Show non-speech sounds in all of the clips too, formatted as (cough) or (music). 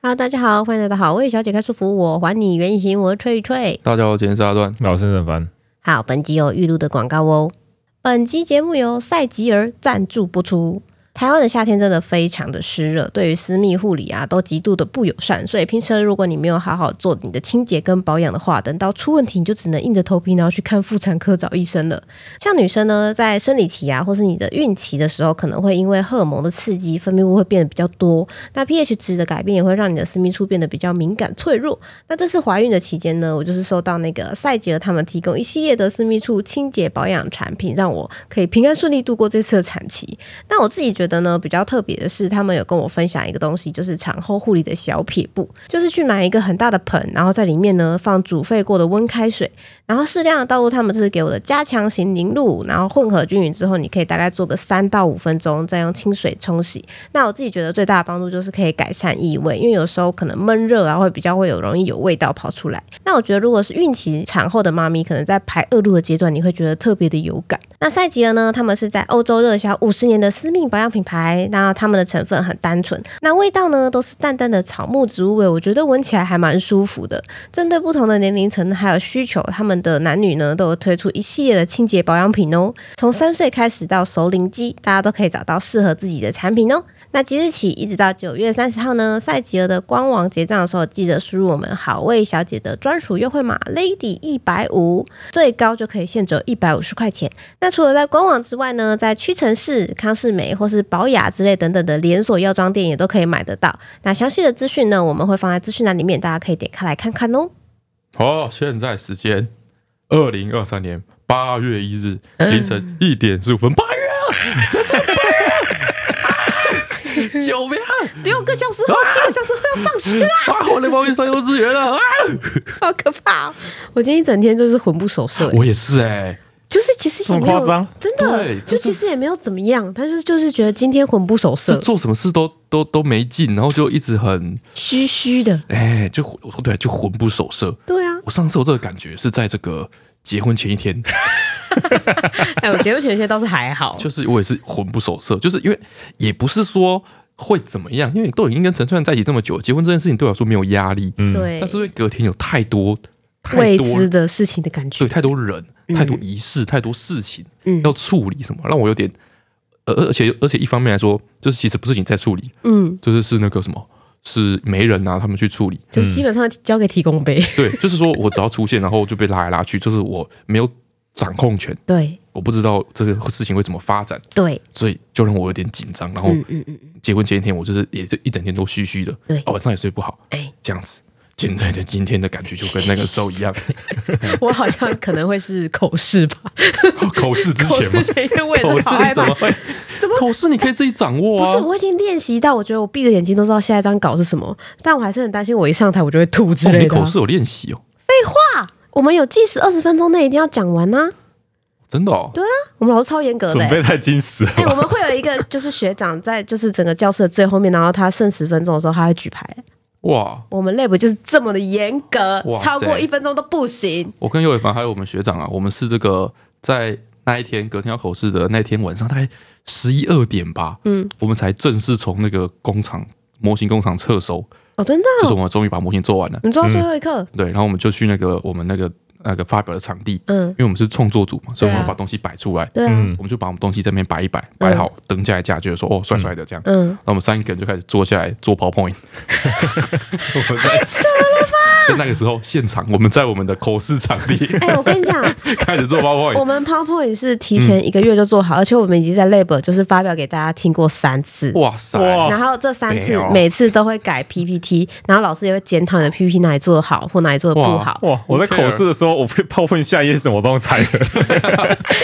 Hello，大家好，欢迎来到好味小姐开束缚，我还你原形，我是翠翠。大家好，今天是阿段。老生很烦，好，本集有预录的广告哦。本集节目由赛吉尔赞助播出。台湾的夏天真的非常的湿热，对于私密护理啊都极度的不友善，所以平时如果你没有好好做你的清洁跟保养的话，等到出问题你就只能硬着头皮然后去看妇产科找医生了。像女生呢，在生理期啊，或是你的孕期的时候，可能会因为荷尔蒙的刺激，分泌物会变得比较多，那 pH 值的改变也会让你的私密处变得比较敏感脆弱。那这次怀孕的期间呢，我就是收到那个赛吉尔他们提供一系列的私密处清洁保养产品，让我可以平安顺利度过这次的产期。那我自己觉得呢，比较特别的是，他们有跟我分享一个东西，就是产后护理的小撇步，就是去买一个很大的盆，然后在里面呢放煮沸过的温开水，然后适量的倒入他们这次给我的加强型凝露，然后混合均匀之后，你可以大概做个三到五分钟，再用清水冲洗。那我自己觉得最大的帮助就是可以改善异味，因为有时候可能闷热啊，会比较会有容易有味道跑出来。那我觉得如果是孕期产后的妈咪，可能在排恶露的阶段，你会觉得特别的有感。那赛吉尔呢，他们是在欧洲热销五十年的私密保养品牌，那他们的成分很单纯，那味道呢都是淡淡的草木植物味，我觉得闻起来还蛮舒服的。针对不同的年龄层还有需求，他们的男女呢都有推出一系列的清洁保养品哦。从三岁开始到熟龄肌，大家都可以找到适合自己的产品哦。那即日起一直到九月三十号呢，赛吉尔的官网结账的时候，记得输入我们好味小姐的专属优惠码 Lady 一百五，最高就可以现折一百五十块钱。那除了在官网之外呢，在屈臣氏、康士美或是宝雅之类等等的连锁药妆店也都可以买得到。那详细的资讯呢，我们会放在资讯栏里面，大家可以点开来看看哦。好，现在时间二零二三年八月一日凌晨一点十五分。八月啊，真是八月啊！救命啊！六个小时后，七个小时后要上学啦，啊，我的猫又上幼稚园了啊！ (laughs) 好可怕、哦！我今天一整天就是魂不守舍、欸我也是哎、就是其实也没这么有夸张真的对，就就是其实也没有怎么样，但是就是觉得今天魂不守就舍，做什么事都都都没劲，然后就一直很虚虚的。哎、就魂对，就魂不守舍。对啊，我上次有这个感觉是在这个结婚前一天，哎，我节目前些倒是还好，就是我也是魂不守舍，就是因为也不是说会怎么样，因为都已经跟陈川在一起这么久，结婚这件事情对我来说没有压力，嗯，对但是因为隔天有太多太未多知的事情的感觉对，太多人、太多仪式、太多事情嗯要处理什么，让我有点呃，而而且而且一方面来说，就是其实不是你在处理，嗯，就是是那个什么。是媒人啊，他们去处理。就是基本上交给提供呗。对，就是说我只要出现，然后就被拉来拉去，就是我没有掌控权，对我不知道这个事情会怎么发展，对，所以就让我有点紧张。然后嗯 (laughs) 嗯嗯，结婚前一天，我就是也是一整天都虚虚的，对啊晚上也睡不好，哎，这样子。今天的今天的感觉就跟那个时候 (laughs) 一样，我好像可能会是口试吧， (laughs) 口试之口前嘛试，前一天我也口是试好你害怎怕么。会？怎么口试你可以自己掌握不啊是，。我已经练习到，我觉得我闭着眼睛都知道下一张稿是什么，但我还是很担心我一上台我就会吐之哦，类你的啊、口试有练习哦，我们有计时二十分钟内一定要讲完呐、真的哦。我们老师超严格的、欸。准备太矜持了哎、我吧。们会有一个就是学长在就是整个教室的最后面，然后他剩十分钟的时候，他会举牌。哇，我们 lab 就是这么的严格哇，塞超过一分钟都不行。我跟尤伟凡还有我们学长啊，我们是这个在那一天隔天要口试的那天晚上，大概十一二点吧，嗯，我们才正式从那个工厂模型工厂撤收，哦，真的哦、就是我们终于把模型做完了。你知道最后一刻，对，然后我们就去那个我们那个那个发表的场地，嗯因，为我们是创作组嘛，所以我们对啊要把东西摆出来，对啊，嗯我们就把我们东西这边摆一摆，摆好，灯架一架，觉得说哦帅帅的这样，嗯，然后我们三个人就开始坐下来做 (laughs) PowerPoint。我们在在那个时候，现场我们在我们的口试场地 (laughs) 哎、我跟你讲，开始做 PowerPoint。我们 PowerPoint 是提前一个月就做好，而且我们已经在 lab 就是发表给大家听过三次。哇塞！哇然后这三次没有每次都会改 PPT，然后老师也会检讨你的 PPT 哪里做的好或哪里做的不哇好。哇！我在口试的时候，我被泡混下一页什么都 (laughs) 猜了，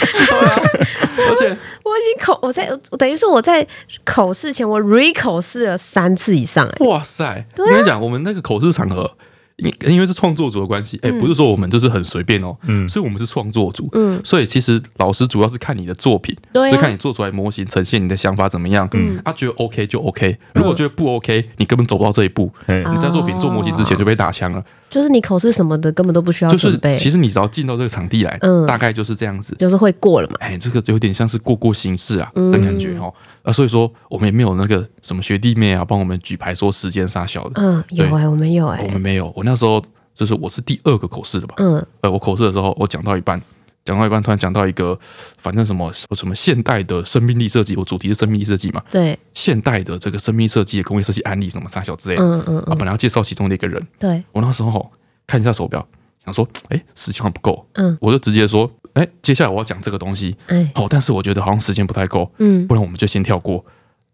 而且我已经口我在等于是我在口试前我 re 口试了三次以上、哎，哇塞！我跟你讲，我们那个口试场合，因因为是创作组的关系，嗯哎、不是说我们就是很随便哦，嗯，所以我们是创作组，嗯，所以其实老师主要是看你的作品，对啊就看你做出来模型呈现你的想法怎么样，嗯，他、觉得 OK 就 OK，如果觉得不 OK，你根本走不到这一步，嗯啊你在作品做模型之前就被打枪了，就是你口试什么的根本都不需要就是准备，其实你只要进到这个场地来，嗯大概就是这样子。就是会过了嘛。哎，这个有点像是过过形式啊嗯的感觉哦。啊，所以说我们也没有那个什么学弟妹啊帮我们举牌说时间杀小的，嗯，有对哎、我们有哎、我们没有。我那时候就是我是第二个口试的吧，嗯呃，我口试的时候我讲到一半。讲到一半，突然讲到一个，反正什么什么现代的生命力设计，我主题是生命力设计嘛，对，现代的这个生命力设计、工业设计案例什么啥小之类的、嗯嗯啊，嗯，本来要介绍其中的一个人，对，我那时候吼看一下手表，想说，哎，时间好像不够，嗯，我就直接说，哎，接下来我要讲这个东西，哎，好，哦但是我觉得好像时间不太够，嗯不然我们就先跳过。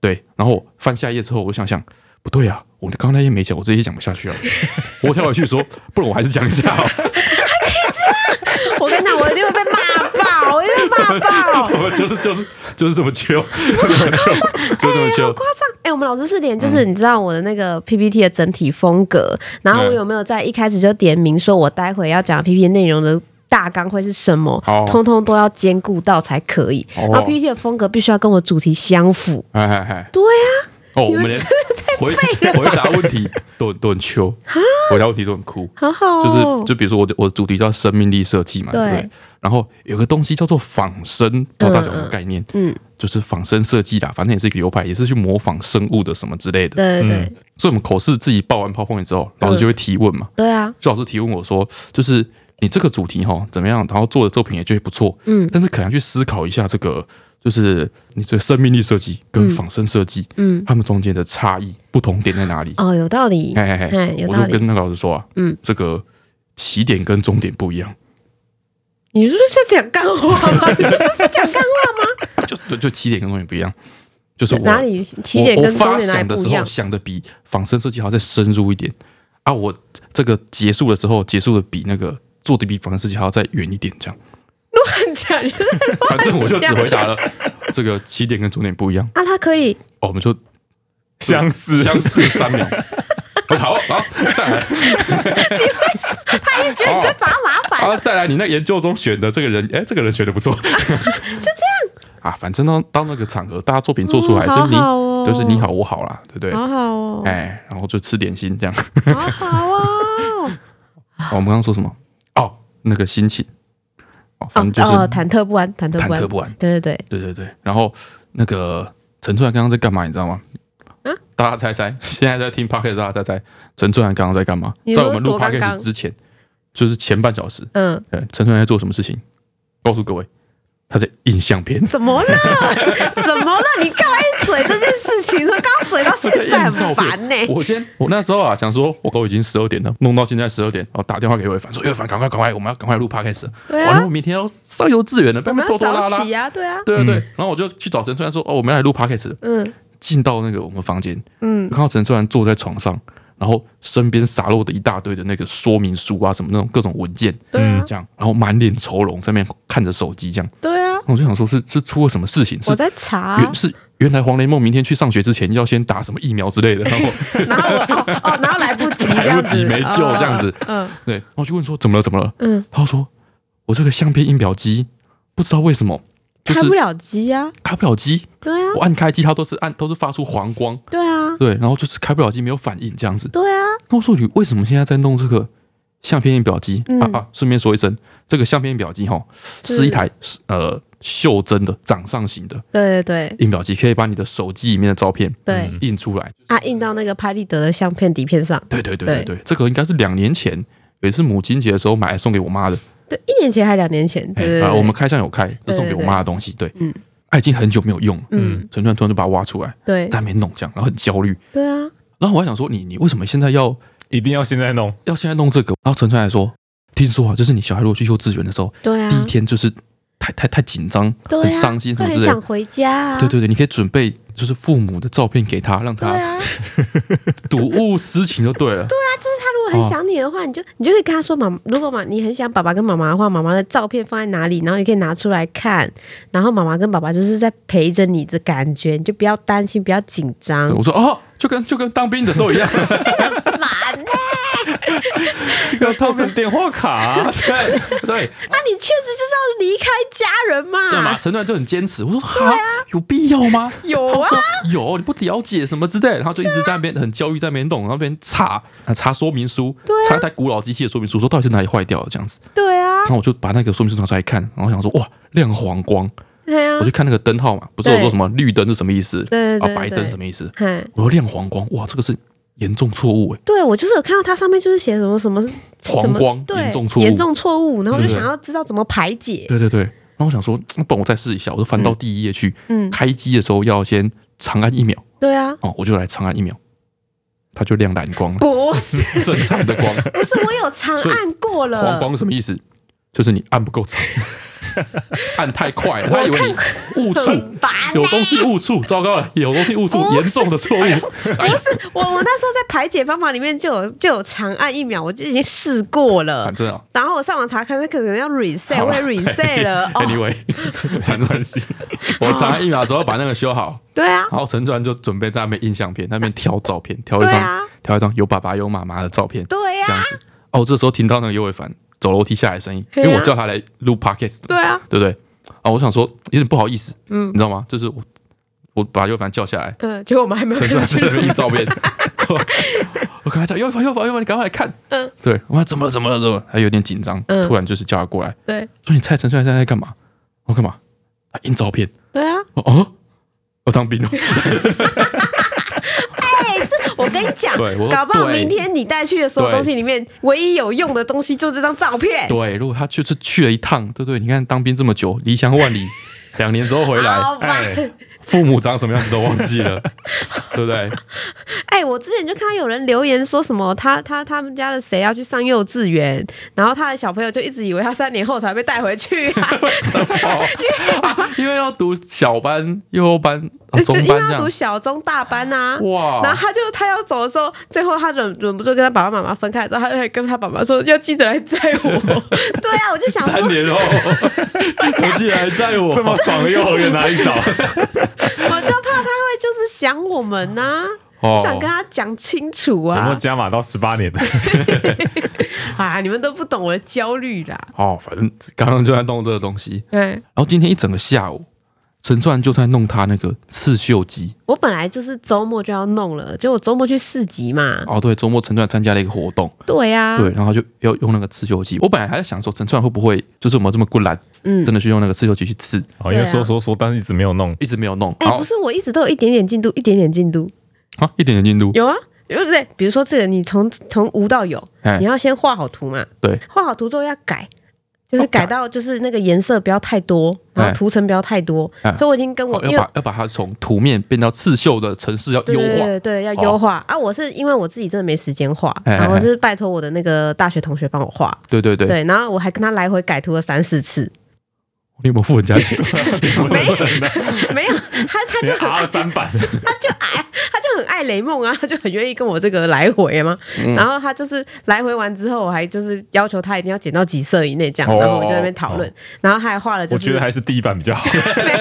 对，然后我翻下一页之后，我就想想，不对啊，我刚刚那页没讲，我这一页讲不下去 (laughs) 啊，我跳回去说，不然我还是讲一下好了， (laughs) 我跟你讲，我一定会被骂爆，我一定会被骂 (laughs) 爆。我 (laughs) 就是就是就是这么缺， (laughs) 就是这么缺，就是这么缺。夸张！哎、我们老师试点嗯就是，你知道我的那个 PPT 的整体风格，然后我有没有在一开始就点名说，我待会要讲 PPT 内容的大纲会是什么，哦通通都要兼顾到才可以。哦然后 PPT 的风格必须要跟我主题相符。哎哎哎，对啊，哦，我你们们连回回答问题都都很缺，回答问题都很酷。好好、哦，就是就比如说我的我的主题叫生命力设计嘛，对对不对？然后有个东西叫做仿生，不知道大家有没有概念？嗯，就是仿生设计啦，反正也是一个流派，也是去模仿生物的什么之类的。对对对、所以我们口试自己报完 PowerPoint 之后，老师就会嗯提问嘛，对啊，就老师提问我说，就是你这个主题哈怎么样？然后做的作品也觉得不错，嗯但是可能要去思考一下这个。就是你这个生命力设计跟仿生设计，嗯它们中间的差异、不同点在哪里？哦，有道理，哎哎哎哎，有我道就理。跟那个老师说啊，嗯嗯，这个起点跟终点不一样，你是不是在讲干话 (laughs) 吗？你是不是在讲干话？就就就起点跟终点不一样，就是我哪里起点我跟我终发点哪想里的不一时候样？想的比仿生设计好再深入一点啊，我这个结束的时候结束的比那个做的比仿生设计还要再远一点， (laughs) 这样，乱讲，你是反正我就只回答了这个起点跟终点不一样，啊，他可以哦，我们就相似相似 (laughs) 三秒。我好，好，再来觉得你在砸麻烦。啊，再来，你那研究中选的这个人，哎、这个人选的不 (laughs) 错，就这样 (laughs) 啊。反正到到那个场合，大家作品做出来，嗯就是你，好好哦就是你好我好啦，对不对？好好哦，哎，然后就吃点心这样。好好哦，哦我们刚刚说什么？哦，那个心情，哦，反正就是、哦，忐忑不安，忐忑忐不安忑，不安。对对对，对对对，然后那个陈春兰刚刚在干嘛？你知道吗？啊大家猜猜， (laughs) 现在在听 p o c k e t 大家猜猜，陈春兰刚刚在干嘛你？说在我们录躲 p o 刚 c k e 刚 t 之前，就是前半小时，嗯，对，呃陈春兰在做什么事情？告诉各位，他在印相 (laughs) 片。怎么 (laughs) 了？怎么了？你干嘛一直嘴这件事情？说刚刚嘴到现在很烦呢、我先，我那时候啊，想说我都已经十二点了，弄到现在十二点，我哦打电话给魏凡说：“魏凡，赶快赶快，我们要赶快录 podcast，对啊完了我明天要上幼稚园了，我不要们要拖拖拉早拉。起”啊，对啊，对对对，然后我就去找陈川说：“哦，我们要来录 podcast。嗯”进到那个我们房间，嗯，看到陈川坐在床上，然后身边洒落的一大堆的那个说明书啊，什么那种各种文件，对啊，这样，然后满脸愁容，在那边看着手机，这样，对啊，然后我就想说是是出了什么事情？是我在查、原是原来黄雷梦明天去上学之前要先打什么疫苗 (laughs) 之类的，然后然后我哦哦，然后来不及，这 (laughs) 来样不子，及没救这样子，嗯，对，然后我就问说怎么了怎么了，嗯，他说我这个相片印表机不知道为什么就开是不了机啊，开不了机，对啊，我按开机它都是按都是发出黄光，对啊，对，然后就是开不了机没有反应这样子。对啊，那我说你为什么现在在弄这个相片印表机、嗯啊啊？顺便说一声，这个相片印表机哈是一台呃袖珍的掌上型的对对对印表机，可以把你的手机里面的照片对、嗯印出来，啊，印到那个拍立得的相片底片上，对对对对对，这个应该是两年前有一次母亲节的时候买来送给我妈的，对，一年前还两年前，对哎对对，呃我们开箱有开，就送给我妈的东西，对，嗯，她已经很久没有用了，嗯嗯，陈川突然就把它挖出来，对在那边弄这样，然后很焦虑，对啊，然啊后我还想说你你为什么现在要一定要现在弄。要现在弄这个？然后陈川还说，听说啊，就是你小孩如果去幼稚园的时候，对啊，第一天就是太太太紧张，对啊，很伤心什对很么之类想的，回家、啊，对对对，你可以准备就是父母的照片给他，让对他啊，睹物思情就对了，他如果很想你的话，你就你就可以跟他说妈，如果妈你很想爸爸跟妈妈的话，妈妈的照片放在哪里，然后你可以拿出来看，然后妈妈跟爸爸就是在陪着你的感觉，你就不要担心，不要紧张 (laughs) 对，我说哦，就跟就跟当兵的时候一样。烦呢、这个造成电话卡啊、对对，那啊你确实就是要离开家人对嘛？嘛，陈段就很坚持，我说哈、有必要吗？啊有他啊说有，你不了解什么之类的，然后就一直在那边很焦虑，在那边弄，然后那边查查说明书，查一台古老机器的说明书，说到底是哪里坏掉了这样子。对啊，然后我就把那个说明书拿出来看，然后想说哇亮黄光，对啊我，去看那个灯号嘛，不是有对说什么绿灯是什么意思，对对啊对白灯对是什么意思？嘿，我说亮黄光，哇这个是严重错误哎，对我就是有看到它上面就是写什么什么什黄么光对严重错误，严重错误，然后我就对对对想要知道怎么排解，对对对。然后我想说，那不然我再试一下，我就翻到第一页去，嗯，开机的时候要先长按一秒。对啊，哦，我就来长按一秒，它就亮蓝光 (laughs) 了，不是 (laughs) 正常的光。不是，我有长所以按过了，黄光是什么意思？就是你按不 (laughs) 够长，按太快了，他以为你误触，很烦欸有东西误触，糟糕了，有东西误触，不是严重的错误。哎欸不是我，我那时候在排解方法里面就有就有长按一秒，我就已经试过了反。正啊然后我上网查看，它可能要 reset，好我了也 reset (laughs) 了。哦， ，anyway，反正关系，我长按一秒之后把那个修好，对啊，然后陈传就准备在那边印相片，那边挑照片，挑一对张啊，挑一张有爸爸有妈妈的照片，对这啊，样子。哦，我这时候听到那个尤伟凡走楼梯下来的声音，因对啊为我叫他来录 podcast，对啊，对不对？啊，我想说有点不好意思，嗯，你知道吗？就是我我把尤凡叫下来，嗯，结果我们还没有陈进川在那去。边印照 (laughs) 片，我我赶快叫尤凡，尤凡，尤凡，你赶快来看，嗯，对，我说怎么了，怎么了，怎么了？他有点紧张，嗯突然就是叫他过来，对说你猜陈川现在在干嘛？我干嘛？他印照片，对啊，我哦，我 (laughs) 当兵了，哎，这我跟你讲对我，说搞不好对明天你带去的所有对东西里面，唯一有用的东西就这张照片。对，如果他就是去了一趟，对不对？你看当兵这么久，离乡万里，两年之后回来， (laughs) 好吧，哎，父母长什么样子都忘记 (laughs) 了，对不对？哎、我之前就看到有人留言说什么，他他他们家的谁要去上幼稚园，然后他的小朋友就一直以为他三年后才被带回去、 (laughs) 啊，因为要读小班、幼幼班、啊就中因为班这他读样。小中大班啊。然后哇！他就他要走的时候，最后他忍忍不住跟他爸爸妈妈分开之后，他就还跟他爸爸说要记得来载 (laughs) 我。对啊，我就想三说，啊年后，我竟然还在我 (laughs) 这么爽的幼儿园哪里 (laughs) 找？我就怕他会就是想我们啊呐、哦想跟他讲清楚有没有啊加码到十八年的？ (laughs) 啊！你们都不懂我的焦虑啦。哦，反正刚刚就在弄这个东西，对，然后今天一整个下午，陈传就在弄他那个刺绣机。我本来就是周末就要弄了，就我周末去市集嘛。哦，对，周末陈传参加了一个活动，对啊呀、对，然后就要用那个刺绣机。我本来还在想说，陈传会不会就是我们这么困难，嗯真的去用那个刺绣机去刺，哦，啊因为说说说，但是一直没有弄。一直没有弄，哎、然后不是，我一直都有一点点进度，一点点进度，啊，一点点进度，有啊，对不对？比如说这个，你从从无到有，哎你，要先画好图嘛，对，画好图之后要改，就是哦改改到就是那个颜色不要太多，然哎后图层不要太多，哎所以我已经跟我哦因要为把要把它从图面变到刺绣的城市要对优对化，哦对对，要优化、啊！我是因为我自己真的没时间画，哎哎然后我是拜托我的那个大学同学帮我画，对对对，对，然后我还跟他来回改图了三四次，你有没有付人家钱？没有 (laughs) 没有，他他 (laughs) 你就很爱二三版，他 (laughs) 就爱，他就很爱雷梦啊，他就很愿意跟我这个来回嘛。嗯然后他就是来回完之后，我还就是要求他一定要剪到几色以内这样，哦然后我就在那边讨论，然后他还画了就我是觉 (laughs) 得还是第一版比较好。没有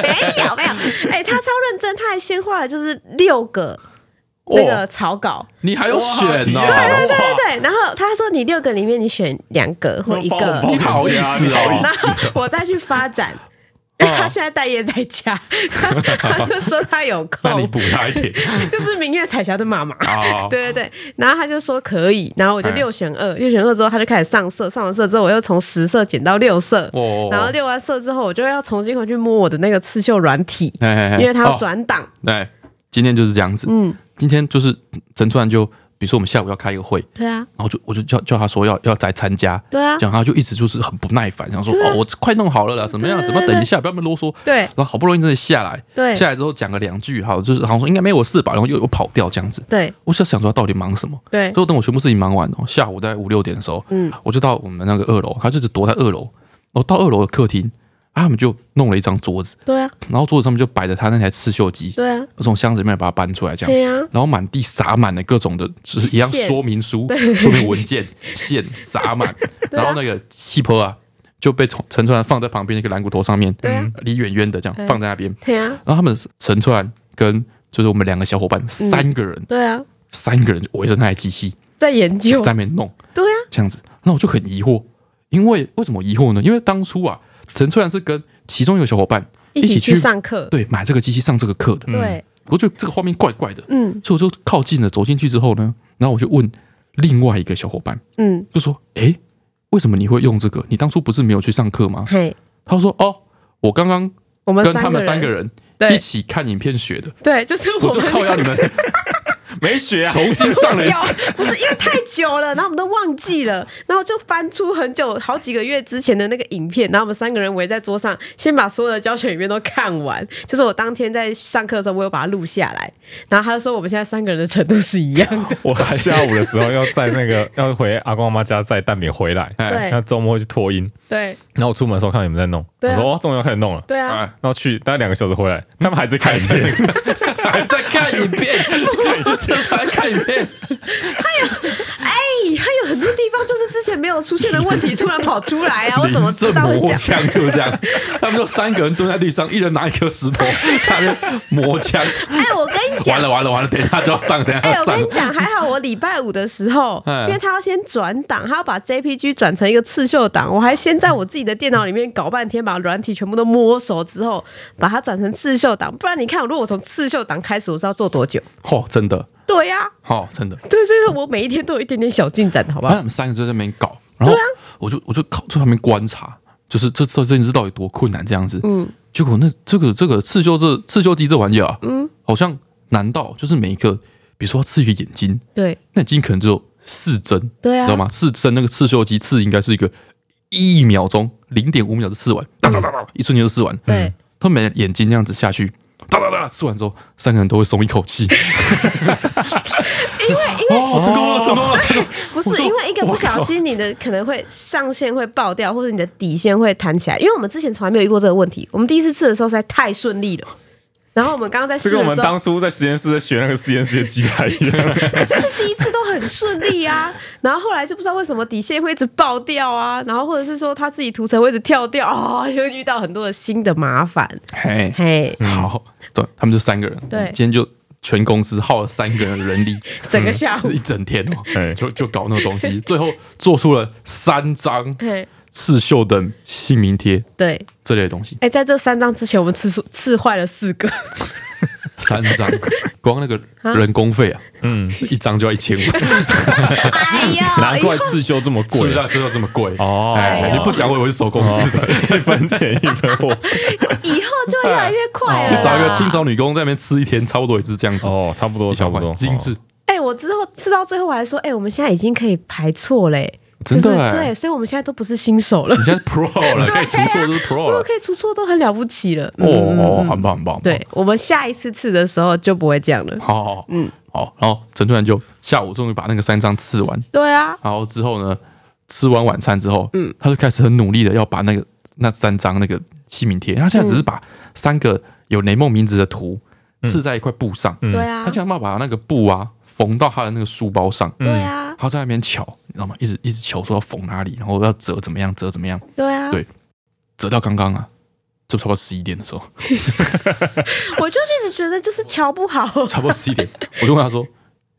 没有， (laughs) 哎、他超认真，他还先画了就是六个哦那个草稿， (laughs) 你还有选呢、哇对对对对对，然后他说你六个里面你选两个或一帮我个报。你好意思你好意哦思然后我再去发展，因为他现在待业在家，他就说他有那你空，补他 (laughs) 一点就是明月彩霞的妈妈。啊！ (laughs) 对对对，然后他就说可以，然后我就哎六选二，六选二之后他就开始上色，上完色之后我又从十色减到六色，哦然后六完色之后我就要重新回去摸我的那个刺绣软体，嘿嘿嘿因为它要哦转档，对，今天就是这样子。嗯，今天就是陈川就，比如说我们下午要开一个会，对啊，然后就我就叫叫他说要要来参加，对啊，讲他就一直就是很不耐烦，想说对啊哦我快弄好了啦，怎么样？对对怎么对等一下？不要那么啰嗦。对然后好不容易真的下来，对下来之后讲了两句，好就是好像说应该没有事吧，然后又又跑掉这样子。对我就想说他到底忙什么？对所以我等我全部事情忙完哦，下午大概五六点的时候，哎嗯我就到我们那个二楼，他就只躲在二楼，然后到二楼的客厅，啊他们就弄了一张桌子，对啊然后桌子上面就摆着他那台刺绣机，对啊我从箱子里面把它搬出来这样。对啊，然后满地撒满了各种的，就是一样线说明书、说明 (laughs) 文件、线撒满，对啊然后那个气泡啊就被从陈川放在旁边那个蓝骨头上面，对啊嗯离远远的这样对放在那边。对啊然后他们陈川跟就是我们两个小伙伴三个人，对啊，三个人就围着那台机器，在研究，在那边弄对啊，这样子，那我就很疑惑，因为为什么疑惑呢？因为当初啊，陈翠然是跟其中一个小伙伴一起一起去去上课，对买这个机器上这个课的，嗯对，我觉得这个画面怪怪的，嗯所以我就靠近了，走进去之后呢，然后我就问另外一个小伙伴，嗯，就说：“诶，为什么你会用这个？你当初不是没有去上课吗嘿，？”他说：“哦，我刚刚我们跟三他个们三个人，人一对起看影片学的，对，就是我我就们靠要你们没学啊，重新 (laughs) 上了一 (laughs) 次。有，不是因为太久了，然后我们都忘记了，然后就翻出很久好几个月之前的那个影片，然后我们三个人围在桌上，先把所有的教学影片都看完。就是我当天在上课的时候，我有把它录下来，然后他就说我们现在三个人的程度是一 (laughs) 样的，我下午的时候要在那个要回阿公阿妈家载蛋饼回来，对那周末会去托音，对然后我出门的时候看到你们在弄，对啊我说哦，终于要开始弄了，对啊，哎，然后去大概两个小时回来，他们还在看影片， (laughs) 还在看影片， (laughs) 这才看影 (laughs) 片，哎，还有很多地方就是之前没有出现的问题突然跑出来啊，我怎么知道会磨讲？枪就这样，他们就三个人蹲在地上，一人拿一颗石 (laughs) 头，在那边磨枪。哎，我跟你讲完。了完了完了，等一下就要上，等一下 (laughs) 哎、要我上跟你。讲，还好我礼拜五的时候， (laughs) 哎因为他要先转档，他要把 JPG 转成一个刺绣档，我还先在我自己的电脑里面搞半天，把软体全部都摸熟之后，把它转成刺绣档。不然你看，如果我从刺绣档开始，我是要做多久？哦，真的，对呀、哦，真的。对，所以说我每一天都有一点点小进展，好不然后啊好？他们三个就在那边搞，然后我就我就靠在旁边观察，就是这这这件事到底多困难这样子。嗯，结果那这个这个刺绣这刺绣机这玩意儿啊，嗯，好像难道就是每一个，比如说要刺一个眼睛，对那眼睛可能只有四针，对你啊知道，吗？刺针那个刺绣机刺应该是一个一秒钟零点五秒就刺完，哒哒哒哒，一瞬间就刺完。嗯对，他们眼睛那样子下去，哒哒哒，刺完之后，三个人都会松一口气。 (laughs) 因为因为哦，成功了，成功了， (laughs) 成功了！不我是说因为一个不小心，你的可能会上限会爆掉，或者你的底线会弹起来。因为我们之前从来没有遇过这个问题，我们第一次吃的时候实在太顺利了。然后我们刚刚在试这的时跟候，我们当初在实验室在学那个实验室的鸡排 (laughs) 一哎样，就是第一次都很顺利啊， (laughs) 然后后来就不知道为什么底线会一直爆掉啊，然后或者是说他自己涂层会一直跳掉啊、就会遇到很多的新的麻烦。嘿，嘿，好，对，他们就三个人，嗯对今天就全公司耗了三个人的人力， (laughs) 整个下午一，整天 (laughs) 哦，哎就就搞那个 (laughs) 东西，最后做出了三张嘿，刺绣的姓名贴对，这类的东西，哎、在这三张之前，我们刺出刺坏了四个，三 (laughs) 张，光那个人工费啊，嗯，一张就要一千 (laughs) 五，啊哎 (laughs) 呀，难怪刺绣这么是不贵是啊是要这么贵哦哎，你不讲我以为是手工哦制的，一分钱一分 (laughs) 货，以后就会越来越快了去啦。找一个清朝女工在那边吃一天，差不多也是这样子，哦，差不多一差小不碗多，精致哦，，哎、我之后吃到最后，我还说，哎、我们现在已经可以排错嘞、真的就是哎对，，所以我们现在都不是新手了你，现在 Pro 了，可以除错就是如 Pro 果了，可以出错都很了不起了。 (laughs) 嗯哦哦，很棒很棒，很棒对，我们下一次刺的时候就不会这样了。好好，嗯，好，然后陈突然就下午终于把那个三张刺完，对啊，然后之后呢，吃完晚餐之后，嗯，他就开始很努力的要把那个那三张那个姓名贴，他现在只是把三个有雷梦名字的图刺在一块布上，嗯对啊他，想办法把那个布啊缝到他的那个书包上，对啊，他在那边瞧，你知道吗？一直一直瞧说要缝哪里，然后要折怎么样，折怎么样，对啊，对折到刚刚啊，就差不多十一点的时候，我就一直觉得就是瞧不好，差不多十一 (laughs) 点，我就问他说：“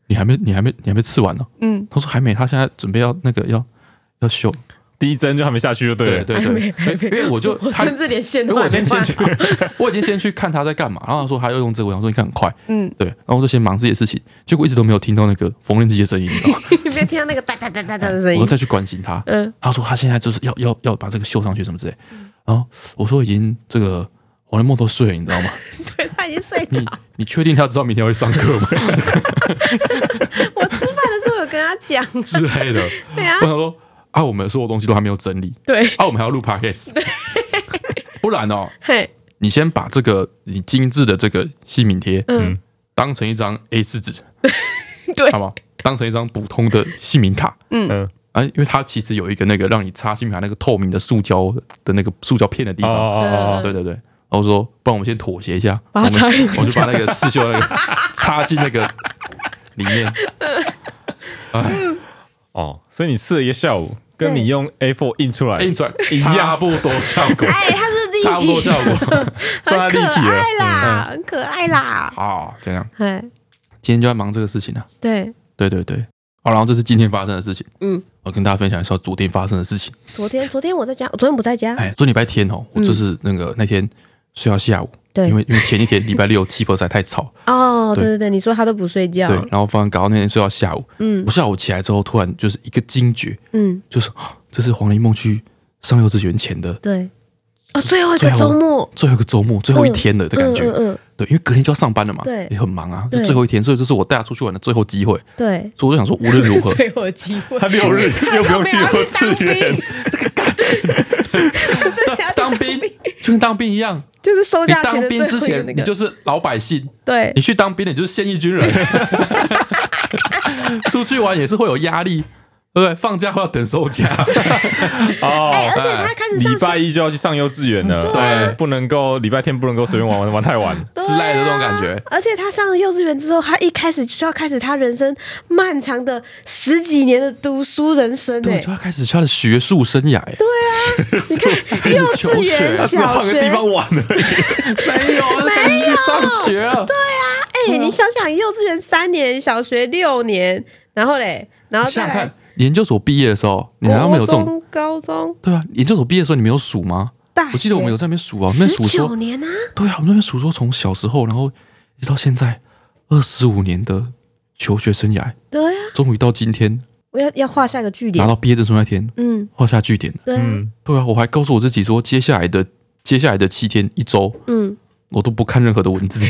你还没你还没你还没刺完呢、嗯，他说还没，他现在准备要那个要要修。第一针就还没下去就对对了，对还没对，还没，因为我就我他，甚至连线因为都我还没先先办去法，，我已经先去看他在干嘛，然后他说他要用 (laughs) 这个，我想说你看很快，嗯，对，然后我就先忙自己的事情，结果一直都没有听到那个缝纫机的声音，你知道吗你别听到那个哒哒哒哒哒的 (laughs) 声我音就，再去关心他，嗯，他说他现在就是要要要把这个绣上去什么之类，然后我说已经这个我连梦都睡了，你知道 (laughs) 吗？对他已经睡着你。你确定他知道明天会上 (laughs) 课吗？我吃饭的时候有跟他讲，之类的，对啊我，想说啊，我们所有东西都还没有整理，对，啊，我们还要录 podcast，不然哦，嘿，你先把这个你精致的这个姓名贴，嗯，当成一张 A 4纸， (laughs) 对好，吗？当成一张普通的姓名卡，嗯嗯啊，因为它其实有一个那个让你插姓名卡那个透明的塑胶的那个塑胶片的地 (laughs) 哦方，啊哦哦对对对。然后说，不然我们先妥协 (laughs) 一下，把它插进去我们我就把那个刺绣那个 (laughs) 插进那个里面，哦哦，所以你刺了一个下午，跟对你用 A4 哎印出来印出来一样差不多效 (laughs) 果，哎，他是立差不多体效的，果算很它可立体了爱嗯啦，很可爱啦，啊，这样。哎，今天就在忙这个事情啊，对，对对对，好，然后这是今天发生的事情。嗯，我跟大家分享一下昨天发生的事情。昨天昨天我在家，我昨天不在家，哎，昨天礼拜天哦，我就是那个那天睡到下午，嗯对因为因为前一天礼拜六鸡婆实在太吵，哦，对对 (laughs) 对对，你说他都不睡觉对，，然后反正搞到那天睡到下午，嗯，我下午起来之后突然就是一个惊觉，嗯，就是啊这是黄鹂梦区上幼稚园前的对，哦，最后一最个后周末最后一个周末，最后一天了的感觉。嗯嗯嗯，对，因为隔天就要上班了嘛，对也很忙啊，对就最后一天，所以这是我带他出去玩的最后机 (laughs) 会，对，，所以我就想说，无论 (laughs) 如何最后的机会 (laughs) 他 (laughs) 六日又不用去啊幼稚园，当当兵就跟当兵一样， (laughs) 就是收你假前当的最兵之后一个前那你个，就是老百姓，对你去当兵的你就是现役军人， (laughs) 出去玩也是会有压力，对不对？放假会要等收假，哎，哦。而且他开始礼上嗯拜一就要去上幼稚园了，对不能够礼拜天不能够随便玩玩玩太晚。对啊之类的这种感觉而且他上了幼稚园之后，他一开始就要开始他人生漫长的十几年的读书人生对，哎就。要开始他的学术生涯，欸对，你看，幼稚园、啊他只是小换个学，地方玩了，没有，没有去上学了，对，哎，你想想，幼稚园三年，小学六年，然后嘞，然后再想想来看，研究所毕业的时候，你难道没有国这种？中、高中、对啊，研究所毕业的时候你没有数吗？大学，我记得我们有在那边数啊，我们在十数说九年啊，对啊，我们那边数说从小时候，然后一直到现在二十五年的求学生涯，对啊，终于到今天我要要画下个句拿点，到毕业证书那天嗯，画下句点了。对啊，嗯，对啊，我还告诉我自己说，接下来的接下来的七天一周，嗯，我都不看任何的文字。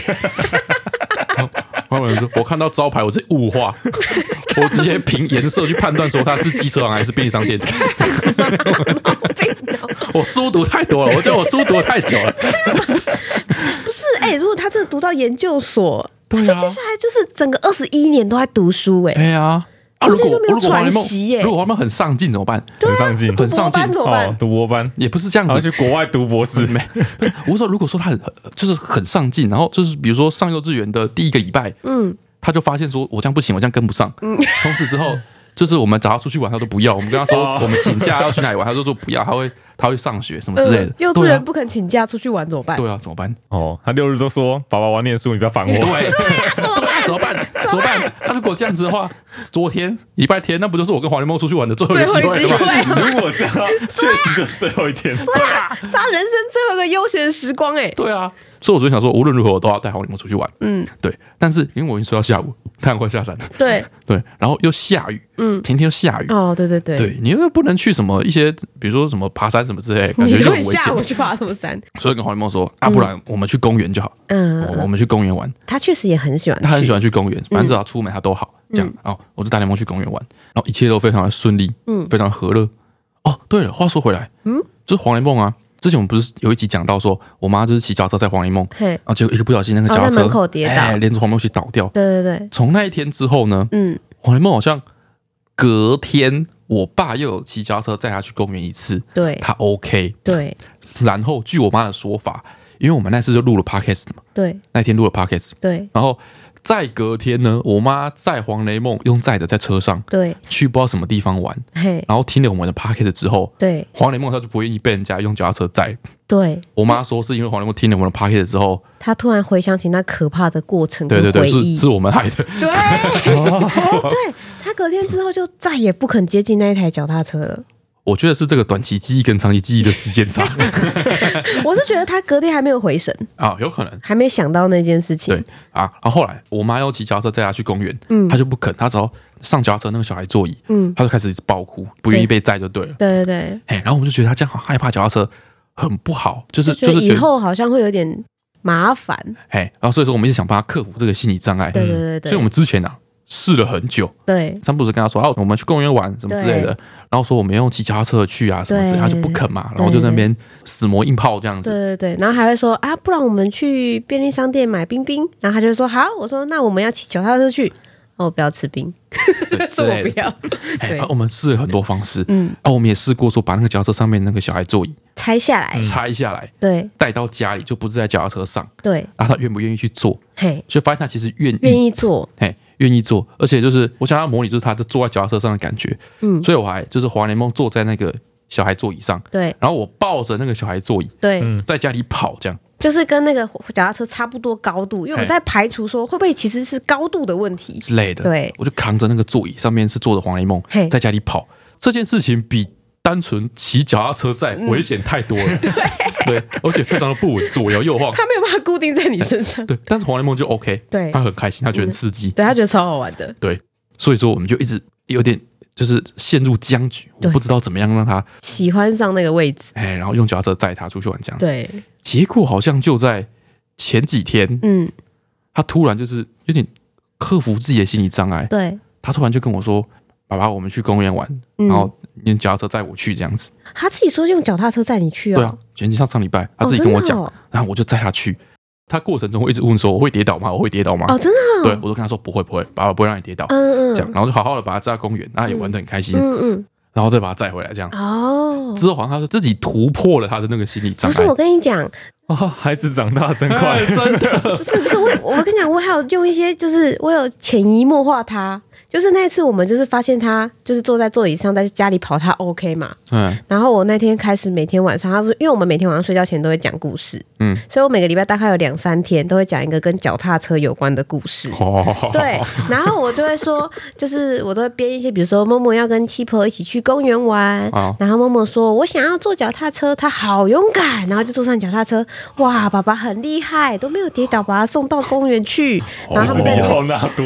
然后然后有人说，我看到招牌，我是物化，我直接凭颜色去判断说它是机车行还是便利 (laughs) 商店。我书读太多了，我觉得我书读得太久了。不是，哎，如果他真的读到研究所，他对就啊接下来就是整个二十一年都在读书，哎，哎呀，啊，中如间果都没有如果黄喘连梦息耶，啊如果黄连梦很上进怎么办？很上进，很上博进班怎么哦办，？读博班，也不是这样然后子，去国外读博士，没，不是我说如果说他很很就是很上进，然后就是比如说上幼稚园的第一个礼拜，嗯，他就发现说我这样不行，我这样跟不上，从此之后。就是我们找他出去玩，他都不要。我们跟他说哦我们请假要去哪里玩，他就说不要，他会他会上学什么之类的。呃幼稚对啊园不肯请假出去玩怎么办？对啊，怎么办？哦，他六日都说爸爸我要念书，你不要烦对 (laughs) 我。对啊，怎么办？怎么办？那如果这样子的话，昨天礼拜天那不就是我跟黄连梦出去玩的最后一个最机后一会个机了会 (laughs) 吗？如果这样，确实就是最后一天。啊 (laughs) 是他人生最后一个悠闲时光哎、对啊，所以我昨天想说，无论如何我都要带好你们出去玩。嗯，对。但是因为我已经睡到下午，太阳快下山了，对，对，然后又下雨，嗯，前天又下雨，哦，对对对，对你又不能去什么一些，比如说什么爬山什么之类的，感觉你就可很以危下午险。哦去爬什么 (laughs) 山？所以跟黄连梦说，啊，不然我们去公园就好，嗯，我我们去公园玩。他确实也很喜欢去，他很喜欢去公园，反正只要出门他都好。嗯这样，哦，我就带联盟去公园玩，然后一切都非常的顺利，嗯非常和乐。哦，对了，话说回来，嗯，就是黄连梦啊，之前我们不是有一集讲到说，我妈就是骑脚踏车在黄连梦，嘿，啊，结果一个不小心那个哦脚踏在车、门口跌倒哎连着黄梦去倒掉。对对对，从那一天之后呢，嗯，黄连梦好像隔天，我爸又有骑脚踏车载他去公园一次，对他 OK。对然后据我妈的说法，因为我们那次就录了 podcast 嘛，对那天录了 podcast，对然后再隔天呢，我妈载黄雷梦用载的在车上对，去不知道什么地方玩，嘿，然后听了我们的 p o c k e t 之后，对黄雷梦她就不愿意被人家用脚踏车载。对，我妈说是因为黄雷梦听了我们的 p o c k e t 之后，他突然回想起那可怕的过程对跟对回对，是忆，是我们害的。 (laughs) 对哦对，他隔天之后就再也不肯接近那一台脚踏车了。我觉得是这个短期记忆跟长期记忆的时间差 (laughs) 我是觉得他隔天还没有回神，啊，有可能。还没想到那件事情对。啊，然后后来我妈要骑脚踏车载她去公园，她就不肯，她只要上脚踏车那个小孩座椅，嗯她就开始爆哭，不愿意被载就对了。对对对，哎，然后我们就觉得她这样好害怕脚踏车，很不好，就是就觉就是得觉以得后好像会有点麻烦。哎，然后所以说我们一直想帮他克服这个心理障碍。对对对对，所以我们之前啊试了很久，对三步是跟他说啊，我们去公园玩什么之类的，然后说我们用骑脚踏车去啊什么之类的，对他就不肯嘛，然后就在那边死磨硬泡这样子。对对对，然后还会说啊，不然我们去便利商店买冰冰，然后他就说好，我说那我们要骑脚踏车去，哦，我不要吃冰， (laughs) 对之类的要对哎，反正我们试了很多方式，嗯嗯，啊，我们也试过说把那个脚踏车上面那个小孩座椅拆下来，拆下来对带到家里，就不是在脚踏车上，对，啊，他愿不愿意去做？嘿，就发现他其实愿愿意，意做，哎，愿意做，而且就是我想要模拟就是他在坐在脚踏车上的感觉，嗯嗯，所以我还就是华联梦坐在那个小孩座椅上，对然后我抱着那个小孩座椅对，嗯在家里跑，这样就是跟那个脚踏车差不多高度，因为我嘿在排除说会不会其实是高度的问题。之类的。对我就扛着那个座椅，上面是坐着黄一梦嘿，在家里跑。这件事情比单纯骑脚踏车在嗯危险太 (laughs) 多了，对，而且非常的不稳，左摇右晃。它没有办法固定在你身上，对，但是黄一梦就 OK，对嗯他很开心，他觉得很刺激， (laughs) 对他觉得超好玩的。对，所以说我们就一直有点就是陷入僵局，我对不知道怎么样让他喜欢上那个位置。哎，然后用脚踏车载他出去玩这样子。对，结果好像就在前几天，嗯，他突然就是有点克服自己的心理障碍，对，他突然就跟我说：“爸爸，我们去公园玩，嗯然后你用脚踏车载我去这样子。他自己说用脚踏车载你去哦。对啊，前几上上礼拜他哦，自己真跟的我讲，哦，然后我就载他去。他过程中会一直问说：“我会跌倒吗？我会跌倒吗？”哦真的哦，对，我都跟他说：“不会，不会，爸爸不会让你跌倒。嗯嗯，这样，然后就好好的把他载到公园，然后也玩得很开心，嗯然后再把他载回来这样嗯，。哦，之后好像他说自己突破了他的那个心理障不碍。是我跟你讲，啊，孩子长大真 (laughs) 快哎，真 (laughs) 的，不是不是我， (laughs) 我跟你讲，我还有用一些，就是我有潜移默化他。就是那次我们就是发现他就是坐在座椅上，在家里跑，他 OK 嘛？嗯然后我那天开始每天晚上，他不是因为我们每天晚上睡觉前都会讲故事，嗯，所以我每个礼拜大概有两三天都会讲一个跟脚踏车有关的故事。哦， (laughs) 对，然后我就会说，就是我都会编一些，比如说默默要跟七婆一起去公园玩，哦然后默默说我想要坐脚踏车，他好勇敢，然后就坐上脚踏车，哇，爸爸很厉害，都没有跌倒，把他送到公园去，哦然后他是们在里奥纳多，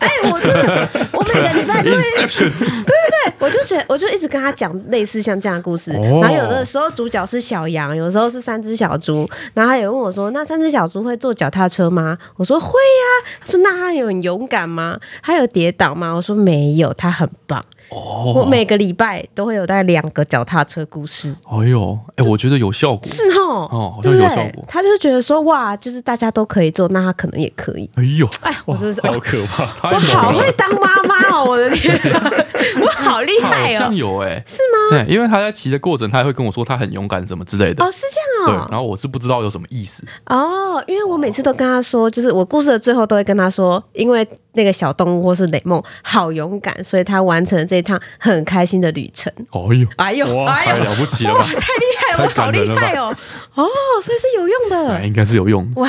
哎，我就是我每个礼拜 (laughs) 都会，对对对，我就觉得我就一直跟他讲类似像这样的故事，哦然后有的时候主角是小羊，有时候是三只小猪，然后他也问我说：“那三只小猪会坐脚踏车吗？”我说：“会呀、他说：“那他有很勇敢吗？他有跌倒吗？”我说：“没有，他很棒。”哦我每个礼拜都会有大概两个脚踏车故事，哎呦，哎，我觉得有效果，是哦，哦好对像不有对？效果他就觉得说哇，就是大家都可以做，那他可能也可以。哎呦，哎，我真的是好可怕！太我猛了好会当妈妈哦！我的天、啊， (laughs) 我好厉好害像哦！有哎、是吗？因为他在骑的过程，他会跟我说他很勇敢什么之类的。哦，是这对，样然哦。后我是不知道有什么意思，哦，因为我每次都跟他说，就是我故事的最后都会跟他说，因为那个小动物或是雷梦好勇敢，所以他完成了这一趟很开心的旅程。哎呦， (laughs) 哎呦，哇，哎太呦，了不起了哇，吧！太厉害了，我太好感厉人了吧害哦！哦，所以是有用哎，的。应该是有用。哇，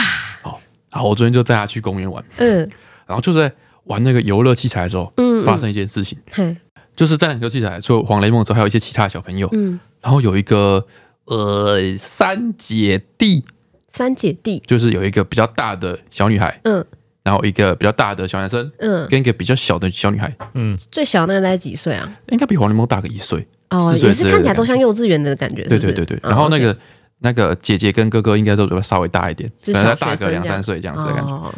好，我昨天就带他去公园玩，嗯，然后就在玩那个游乐器材的时候，嗯嗯发生一件事情，嘿，就是在那个游乐器材除了黄雷梦之后，还有一些其他的小朋友，嗯，然后有一个呃三姐弟，三姐弟，就是有一个比较大的小女孩，嗯然后一个比较大的小男生，嗯，跟一个比较小的小女孩，嗯，最小那个才几岁啊？应该比黄雷梦大个一岁，哦，四岁也之是类的看起来都像幼稚园的感觉，是对不对是对对，哦然后那 OK 个那个姐姐跟哥哥应该都比较稍微大一点，就可是能再小大学个生两这样三岁这样子的感觉。哦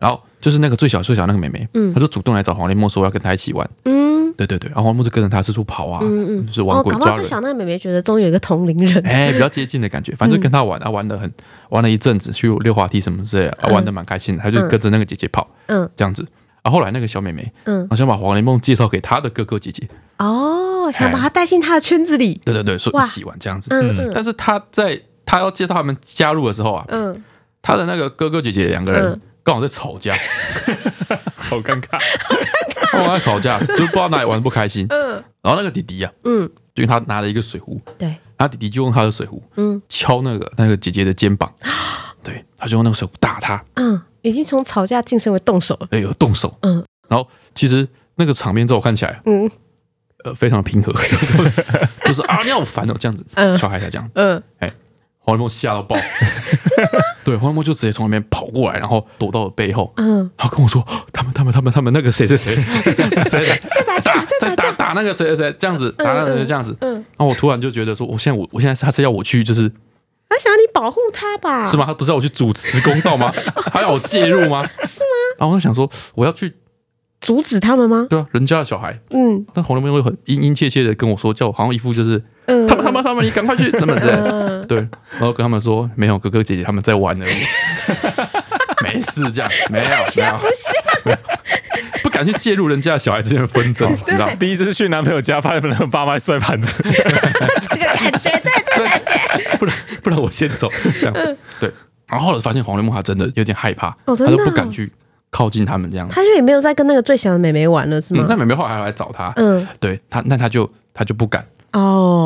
然后就是那个最小最小那个妹妹，嗯她就主动来找黄连梦说要跟她一起玩。嗯对对对，然后黄连梦就跟着她四处跑啊，嗯嗯就是玩哦，鬼搞不抓好最人，小那嗯个妹妹觉得终于有一个同龄人，哎，比较接近的感觉。反正就跟她玩，啊玩的很，玩了一阵子，去溜滑梯什么之类的，啊嗯玩的蛮开心的。她就跟着那个姐姐跑嗯这样子。啊然后后来那个小妹妹嗯，好像把黄连梦介绍给她的哥哥姐姐，哦，想把她带进她的圈子里，对对对，说哇一起玩这样子。嗯但嗯是她在她要介绍他们加入的时候啊，嗯，他的那个哥哥姐姐两个人嗯刚好在吵架， (laughs) 好尴尬，他们在吵架，就不知道哪里玩得不开心。 (laughs) 嗯然后那个弟弟呀、啊，嗯，就他拿了一个水壶，对，然后弟弟就用他的水壶，嗯，敲那个那个姐姐的 (gasps) 肩膀，对，他就用那个水壶打他，嗯，已经从吵架晋升为动手了，哎呦，动手，嗯，然后其实那个场面在我看起来，嗯呃，非常的平和， (laughs) 就是就是啊，你好烦哦，这样子，嗯小孩才这样，嗯，黄立梦吓到爆，对，黄立梦就直接从那边跑过来，然后躲到我背后，嗯，然后跟我说，他们他们他们他们那个谁 (laughs) 谁谁谁谁再打架，再打在打架，打那个谁谁谁这样子，打那个谁这样子。嗯，然后我突然就觉得说，我现在我我现在是他是要我去，就是他想要你保护她吧？是吗？他不是要我去主持公道 (laughs) 吗？还要我介入吗？是吗？然后我就想说，我要去，阻止他们吗？对啊，人家的小孩。嗯但红人妹又很殷殷切切的跟我说，叫我好像一副就是嗯，他们他们他们，你赶快去怎么怎么嗯，对，然后跟他们说没有，哥哥姐姐他们在玩而已， (laughs) 没事这样，没有没 (laughs) 有，啊不是，不敢去介入人家的小孩之间的纷争，你知道？第一次去男朋友家，发现那爸妈摔盘子，这个感觉，对，这个感觉， (laughs) 不然不然我先走，这样、对。然后后来发现黄连木他真的有点害怕，哦真他的就哦不敢去靠近他们这样。他就也没有再跟那个最小的妹妹玩了，是嗯吗那？妹妹后来还来找他，嗯，对他，那他就他就不敢，他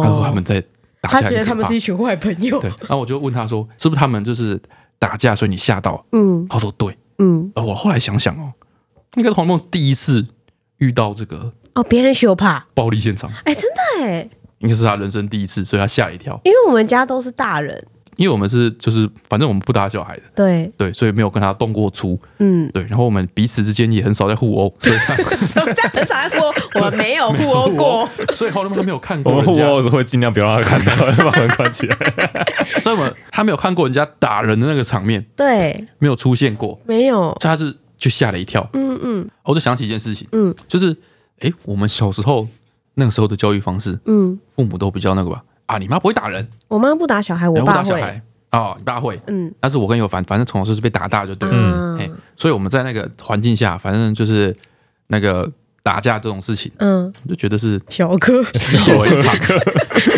就说他哦，们在打他架很可怕，觉得他们是一群坏朋友 (laughs) 对。，然后我就问他说，是不是他们就是打架，所以你吓到？嗯他说对。嗯，呃，我后来想想哦，应该是黄梦第一次遇到这个哦，别人羞怕，暴力现场，哎，真的哎，应该是他人生第一次，所以他吓一跳。因为我们家都是大人，因为我们是就是反正我们不打小孩的，对，对，所以没有跟他动过粗， (laughs) 嗯，对。然后我们彼此之间也很少在互殴，所以他 (laughs) 我们家很少在过，我们没有互殴过，所以后来他没有看我过们互人殴家，时会尽量不要让他看到，要把门关起来。所以我们他没有看过人家打人的那个场面，对，没有出现过，没有，所以他是就吓了一跳。嗯嗯我就想起一件事情，嗯就是诶，我们小时候那个时候的教育方式，嗯，父母都比较那个吧，啊，你妈不会打人，我妈不打小孩，我然后不爸打小会，孩，哦，你爸会，嗯但是我跟有凡，反正从小就是被打大就对了，嗯嘿所以我们在那个环境下，反正就是那个打架这种事情，嗯，就觉得是小 (laughs) 哥，习以为常，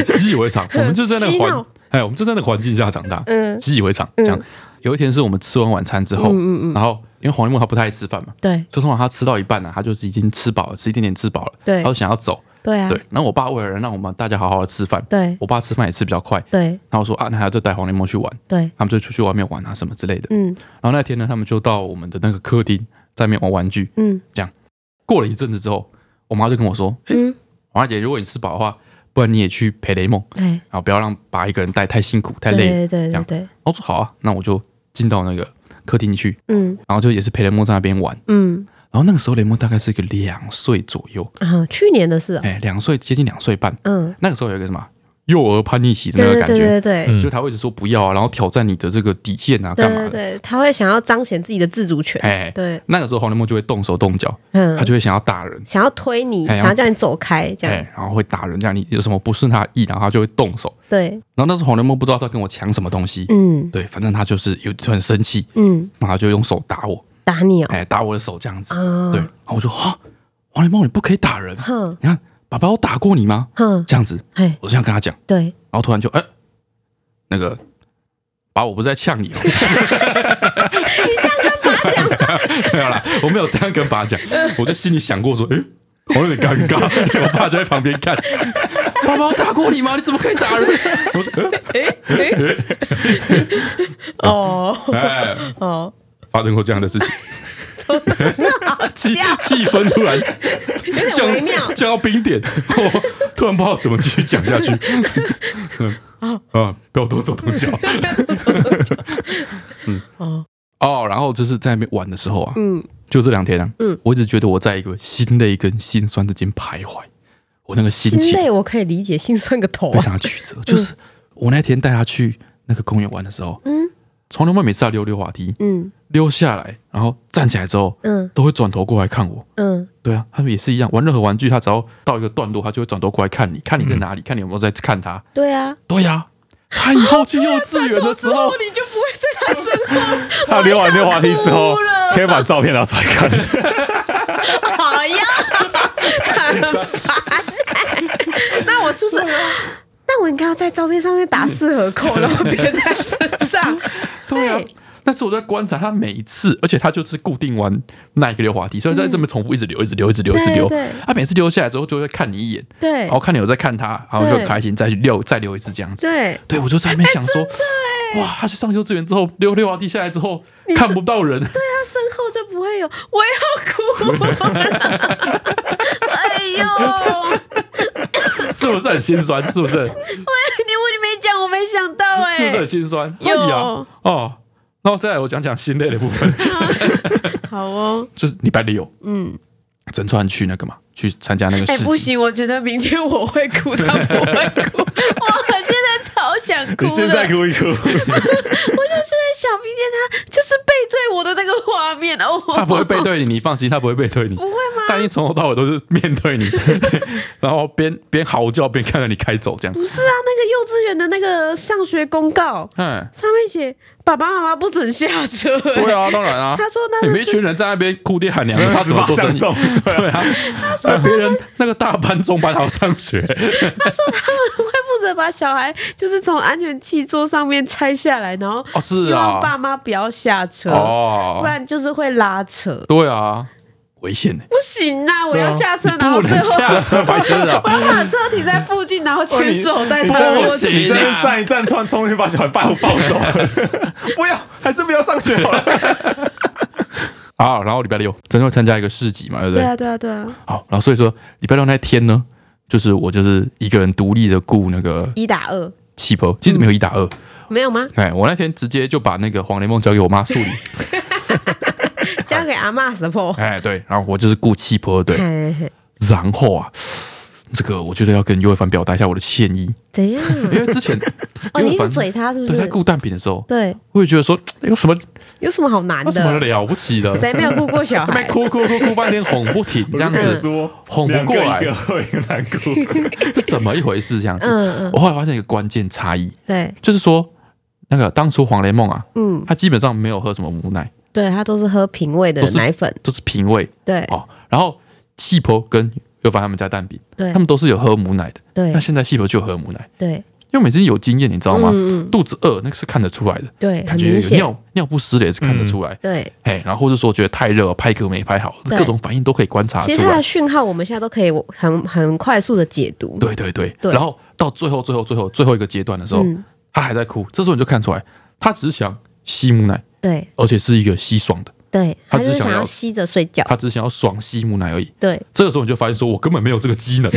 习以为常，我们 (laughs) 就在那个洗环脑，哎，我们就在那个环境下长大，嗯习以为常。这样，有一天是我们吃完晚餐之后，然后因为黄一梦他不太爱吃饭嘛，嗯对就通常他吃到一半呢、啊他就是已经吃饱了，吃一点点吃饱了，对他就想要走，对啊，对。然后我爸为了让我们大家好好的吃饭，对我爸吃饭也吃比较快，对然后说啊，那他就带黄连梦去玩，对，他们就出去外面玩啊什么之类的。嗯然后那天呢，他们就到我们的那个客厅，在那边玩玩具。嗯过了一阵子之后，我妈就跟我说嗯，：“王大姐，如果你吃饱的话，不然你也去陪雷梦，对，然后不要让爸一个人带，太辛苦太哎对累。”对对这对样对，我说：“好啊，那我就进到那个客厅去，嗯然后就也是陪雷梦在那边玩。”嗯然后那个时候雷梦大概是个两岁左右，啊，去年的事啊，哎，两岁接近两岁半，嗯，那个时候有一个什么幼儿叛逆期的那对对个感对觉，对对。嗯就他会一直说不要啊，然后挑战你的这个底线啊，对干嘛对的？对，他会想要彰显自己的自主权。哎，对，那个时候黄连梦就会动手动脚，嗯他，就会想要打人，想要推你，哎想要叫你走开，这样哎，然后会打人，这样你有什么不顺他意，然后他就会动手。对，然后那时候黄连梦不知道他跟我抢什么东西，嗯对，反正他就是有很生气，嗯，然后他就用手打我，打你哦，哎，打我的手这样子，啊对，，然后我说哈，黄连梦你不可以打人，哼你看爸爸我打过你吗？哼，这样子，嘿，我这样跟他讲。对，然后突然就哎、那个把我不是在呛你哦，你 (laughs) 这样跟爸讲，没有啦，我没有这样跟爸讲，我就心里想过说，哎、好像有点尴尬， (laughs) 我爸就在旁边看。爸爸我打过你吗？你怎么可以打人？我说 (laughs) 哦哎、哎哦，发生过这样的事情， (laughs) 怎么那么好 (laughs) 气笑？气氛突然有点微妙降降到冰点， (laughs) 我突然不知道怎么继续讲下 (laughs) 去。嗯啊，不要动手动脚。 (laughs) 嗯哦，哦，然后就是在那边玩的时候啊，嗯就这两天啊，嗯我一直觉得我在一个心累跟心酸之间徘徊，我那个心心情累我可以理解，心酸个头非啊，常的曲折。就是我那天带他去那个公园玩的时候，嗯从头妹每次要溜溜滑梯，嗯溜下来，然后站起来之后，嗯都会转头过来看我。嗯对啊，他们也是一样，玩任何玩具，他只要到一个段落，他就会转头过来看你，看你嗯在哪里，看你有没有在看他。对啊，对呀、他以后去幼稚园的时候，你就不会在他身后， (laughs) (laughs) 他溜完溜滑梯之我后要哭了，可以把照片拿出来看。好呀，很烦欸。那我是不是？那我应该要在照片上面打四合扣，然后别在身上。对啊对，但是我在观察他每一次，而且他就是固定玩那一个溜滑梯，所以他在这边重复一直溜，一直溜，一直溜，一直溜嗯对对。他每次溜下来之后，就会看你一眼， (laughs) 对然后看你有在看他，然后就很开心，再去溜，再溜一次这样子。对，对，我就在那边想说，哎哇，他去上幼稚园之后溜溜滑梯下来之后，看不到人，在他身后就不会有我要哭了。 (laughs) 哎呦， (laughs) 哎是不是很心酸？是不是？你我你没讲，我没想 (laughs) 到哎、是不是很心酸？哎有呀，哦。然后再来，我讲讲心累的部分， (laughs) 好哦，就是礼拜六，嗯，整川去那个嘛，去参加那个哎、市不集，行，我觉得明天我会哭， (laughs) 他不会哭。我现在超想哭 (laughs) 你的，现在哭一哭，我就在想明天他就是背对我的那个画面哦，他不会背对你，你放心，他不会背对你，不会吗？但一从头到尾都是面对 (laughs) 你，然后边边嚎叫边看着你开走这样。不是啊，那个幼稚园的那个上学公 (laughs) 告嗯，上面写爸爸妈妈不准下车、欸对啊，当然啊。他说你那们一是群人在那边哭爹喊娘的，他怎么做生上意？送？对啊，那别人那个大班、中班还要上学，他说他们会负责把小孩就是从安全气座上面拆下来，然后哦是啊希望爸妈不要下车，哦不然就是会拉扯。对啊。危险呢、不行啊！我要下车，然后不最能后下车白痴啊！我要把车停在附近，然后牵手带你他在那过边你去。在那边站一站，突然冲去把小孩抱抱 (laughs) 走，不要，还是不要上学好了。啊，然后礼拜六真的会参加一个市集嘛，对不对对？啊，对啊，对啊！好，然后所以说礼拜六那天呢，就是我就是一个人独立的雇那个一打二，气泡，其实没有一打二，没有吗？哎，我那天直接就把那个黄连梦交给我妈处理，交给阿妈 support。哎，对，然后我就是雇气泡对，嘿嘿嘿然后啊，这个我觉得要跟尤伟凡表达一下我的歉意，怎样？因为之前哦，尤你一直伟凡嘴他是不对在是？雇蛋饼的时候，对，我也觉得说哎有什么有什么好难有什么的？了不起 (laughs) 的，谁没有顾过小那边孩？哭哭哭哭半天哄不停，这样我就 (laughs) 子说哄不两过个来一，个会难过。是怎么一回事？这样子，嗯嗯，我后来发现一个关键差异，对，就是说那个当初黄连梦啊，嗯，他基本上没有喝什么母奶，对他都是喝品味的都是奶粉，都是平胃对哦。然后细婆跟尤凡他们家蛋饼，对他们都是有喝母奶的。对那现在细婆就有喝母奶，对因为每次有经验，你知道吗？肚子饿那个是看得出来的，对，感嗯很觉明有显，尿尿不湿的也是看得出来。对。嘿，然后或者说觉得太热，拍嗝没拍好，对各种反应都可以观察出其实他来的。讯号我们现在都可以很很快速的解读，对对对，对然后到最后最后最后最后一个阶段的时候，嗯他还在哭，这时候你就看出来，他只是想吸母奶，对而且是一个吸爽的，对，他他只就是是想想要要吸着睡觉，他只是想要爽吸母奶而已。对这个时候你就发现说，我根本没有这个机能，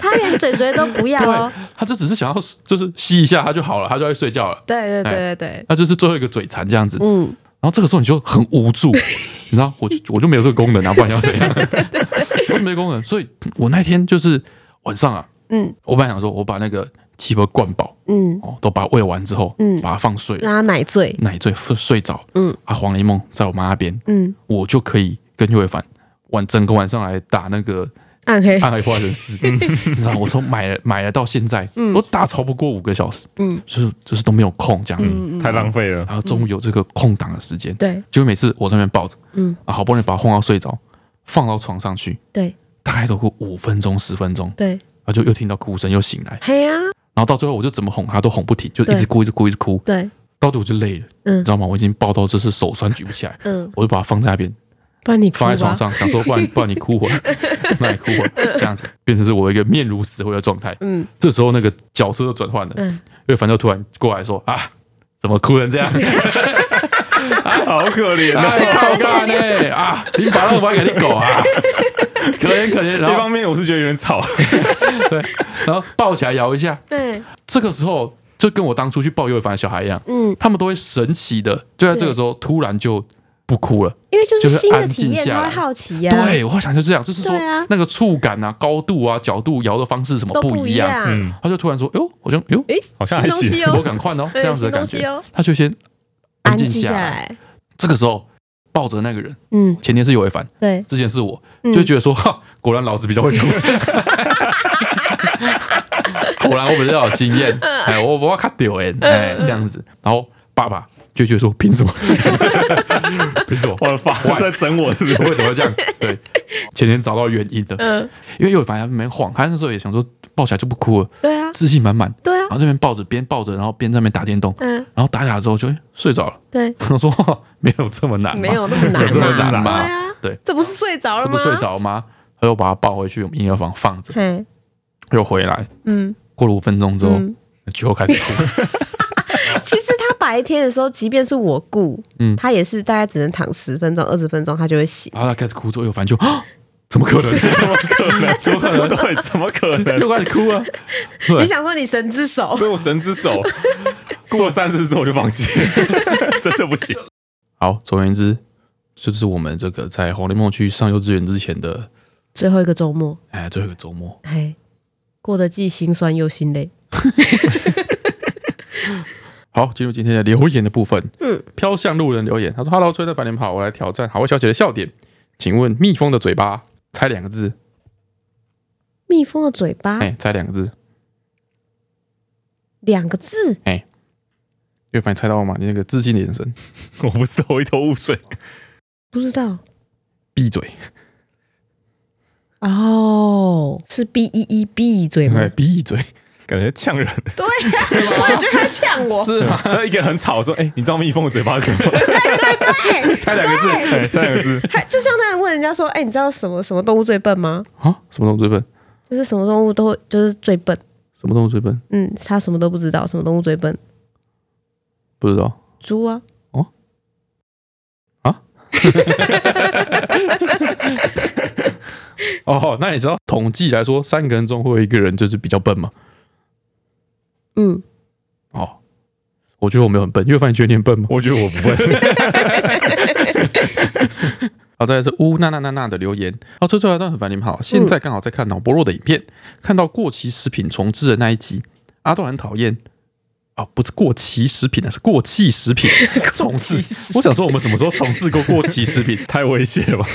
他连嘴嘴都不要哦，对，他就只是想要就是吸一下他就好了，他就会睡觉了，对对对对对，那就是最后一个嘴馋这样子。嗯，然后这个时候你就很无 (laughs) 助，你知道，我就我就没有这个功能啊，不然要怎样？我就没功能，所以我那天就是晚上啊，嗯，我本来想说我把那个企鹅灌饱，嗯，哦，都把它喂完之后，嗯把它放睡了，让他奶醉，奶醉睡睡着，嗯，啊，黄连梦在我妈那边，嗯，我就可以跟岳凡晚整个晚上来打那个暗黑， (laughs) 暗黑化 (laughs) 人士，你知道，我从买了买了到现在，我打超不过五个小时，嗯，就是就是都没有空这样子，太浪费了。然后终于有这个空档的时间，对结果每次我在那边抱着，嗯啊，好不容易把它哄到睡着，放到床上去，对大概都过五分钟十分钟，对，然后就又听到哭声，又醒来，嘿呀，然后到最后我就怎么哄他都哄不停，就一对直哭一直哭一直哭，对，到最后我就累了，嗯你知道吗？我已经抱到就是手酸举不起来，嗯，我就把它放在那边，不然你哭放在床吧，上，想说不然不然你 (laughs) 哭会儿，那你哭会儿，这样子变成是我一个面如死灰的状态。嗯，这时候那个角色就转换了，嗯因为反正突然过来说啊，怎么哭 (laughs) 成这样？好可怜啊！哎，好干呢啊！你把那个碗给你狗啊，可怜可怜。一然后方面我是觉得有点吵，对，然后抱起来摇一下。对，这个时候就跟我当初去抱尤伟凡的小孩一样，嗯，他们都会神奇的就在这个时候突然就不哭了。因为就是就是新的安体静验，下他来会好奇呀，对，我后来想就这样，就是说对啊那个触感啊、高度啊、角度摇的方式什么都不不一一样。样，嗯，他就突然说：“哎呦，好像哎呦，诶，好新像还东西行。我哦，赶快哦，对这样子的感新觉东西哦。”他就先安安静静下下来。来，这个时候抱着那个人，嗯，前天是尤伟凡，对，之前是我，嗯就会觉得说，哈，果然老子比较会 (laughs) 哭，果然我比较有经验，嗯哎，我我卡丢哎，哎，这样子，然后爸爸就觉得说，凭什么？ (laughs) 凭什么？我的爸是在整 (laughs) 我是不我是？为什么会这样？对，前天找到原因的，嗯，因为又反正没晃，他那时候也想说抱起来就不哭了，对啊，自信满满，对啊然，后这边抱着，边抱着，然后边在那边打电动，嗯，然后打打之后就哎睡着了， (laughs) 对，我说哈没有这么难吗，没有那么有难这么嘛，难对吗？啊，对，这不是睡着了这吗？不睡，着吗？他又把他抱回去，我们婴儿房放着，嘿，又回来，嗯。过了五分钟之后嗯，就又开始哭。其实他白天的时候，即便是我顾，嗯他也是大概只能躺十分钟、二十分钟，他就会醒。然后他开始哭之后，又反正就啊怎么可能？怎么可能？怎么可能？对，怎么可能？又开始哭啊！对你想说你神之手， (laughs) 对我神之手，过了三次之后我就放弃， (laughs) 真的不行。好，总而言之，这就是我们这个在黄连梦去上幼稚园之前的最后一个周末，哎最后一个周末。哎，过得既心酸又心累。好，进入今天的留言的部分。嗯，飘向路人留言，他说：“Hello，吹的反脸跑，我来挑战好味小姐的笑点。请问蜜蜂的嘴巴，猜两个字，蜜蜂的嘴巴，哎，猜两个字。两个字，岳凡，你猜到吗？你那个自信的眼神，我不知道，我一头雾水。不知道闭嘴，哦，是 B E E B 嘴吗嗯哎，？闭嘴。感觉呛人。对啊，我也觉得他呛 (laughs) 我。是吗？他一个人很吵说：“哎、你知道蜜蜂的嘴巴是 (laughs) 什么？对猜两个字，哎，猜两个字。还就像那人问人家说：“哎、你知道什么什么动物最笨吗啊，什么动物最笨？？”就是什么动物都会就是最笨。什么动物最笨？嗯，他什么都不知道，什么动物最笨？不知道。猪啊，哦，啊，哦，那你知道统计来说，三个人中会有一个人就是比较笨吗？嗯，哦，我觉得我没有很笨，因为发现觉得你很笨吗”？我觉得我不会。 (laughs) 好，再来是乌娜娜娜娜的留言。哦好，最最后一段啊很烦你们好，现在刚好在看脑波弱的影片，看到过期食品重置的那一集，阿段很讨厌。啊、不是过期食品啊，是过气食品重置。我想说，我们什么时候重置过过期食品？太威胁了吧？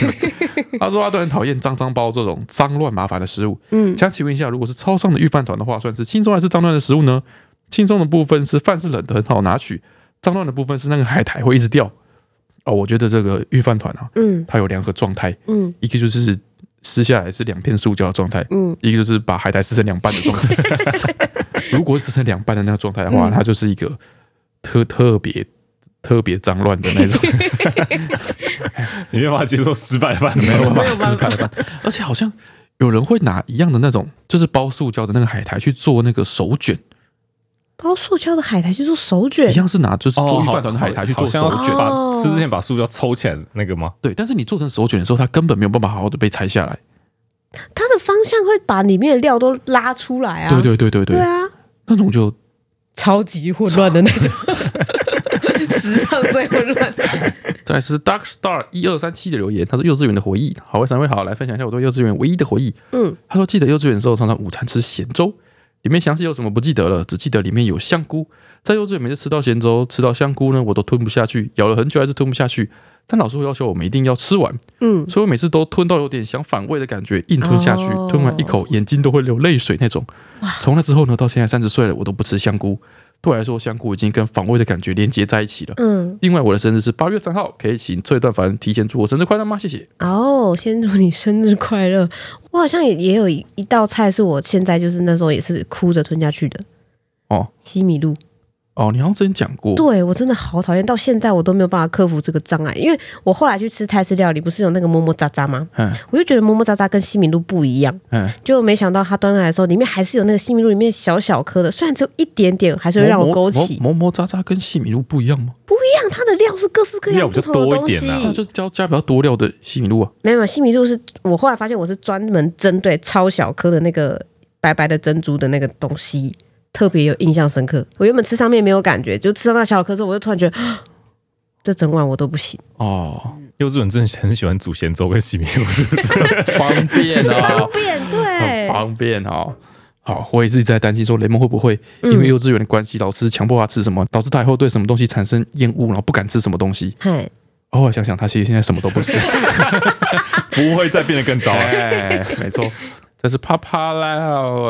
他说他都很讨厌脏脏包这种脏乱麻烦的食物。嗯，想请问一下，如果是超商的预饭团的话，算是轻松还是脏乱的食物呢？轻松的部分是饭是冷的很好拿取，脏乱的部分是那个海苔会一直掉。哦，我觉得这个预饭团啊，嗯它有两个状态，嗯，一个就是撕下来是两片塑胶的状态，嗯，一个就是把海苔撕成两半的状态。如果撕成两半的那个状态的话，它就是一个特特别特别脏乱的那种。你没有办法接受失败的饭，没有办没法。有办法，而且好像有人会拿一样的那种，就是包塑胶的那个海苔去做那个手卷，包塑胶的海苔去做手卷一，样是拿就是做哦预好饭团的海苔去做好像手要卷。把吃之前把塑胶抽起来那个吗？对，但是你做成手卷的时候，它根本没有办法好好的被拆下来。它的方向会把里面的料都拉出来啊。对对对对对对，啊，那种就超级混乱的那 (laughs) 种。史上最混 (laughs) 乱。再来是 Dark Star 一二三七的留言，他说幼稚园的回忆，好，三位好，来分享一下我对幼稚园唯一的回忆。嗯，他说记得幼稚园的时候常常午餐吃咸粥，里面详细有什么不记得了，只记得里面有香菇。在幼稚园每次吃到咸粥，吃到香菇呢，我都吞不下去，咬了很久还是吞不下去。但老师会要求我们一定要吃完，嗯，所以我每次都吞到有点想反胃的感觉，硬吞下去，哦吞完一口眼睛都会流泪水那种。从那之后呢，到现在三十岁了，我都不吃香菇。对我来说，香菇已经跟反胃的感觉连接在一起了。嗯，另外，我的生日是八月三号，可以请崔段凡提前祝我生日快乐吗？谢谢。哦，先祝你生日快乐！我好像也也有一一道菜是我现在就是那时候也是哭着吞下去的哦西米露。哦，你好像之前讲过，对我真的好讨厌，到现在我都没有办法克服这个障碍，因为我后来去吃泰式料理，不是有那个么么喳喳吗？嗯我就觉得么么喳喳跟西米露不一样，嗯，就没想到它端上来的时候，里面还是有那个西米露里面小小颗的，虽然只有一点点，还是会让我勾起。磨磨喳喳跟西米露不一样吗？不一样，它的料是各式各样料比不较同的多一东西。点啊那就是加加比较多料的西米露啊。没有没有，西米露是我后来发现我是专门针对超小颗的那个白白的珍珠的那个东西，特别有印象深刻。我原本吃上面没有感觉，就吃到那小颗之后，我就突然觉得，啊这整碗我都不行。哦，幼稚园真的很喜欢煮咸粥跟西米露，是不是方便方啊，便很 (laughs) 对，方便啊。好，我也是一直在担心说雷蒙会不会嗯因为幼稚园的关系，老师强迫他吃什么，导致他以后对什么东西产生厌恶，然后不敢吃什么东西。嗨，后来想想，他其实现在什么都不 (laughs) 吃。不会再变得更糟了。哎，没错，这是啪啪啦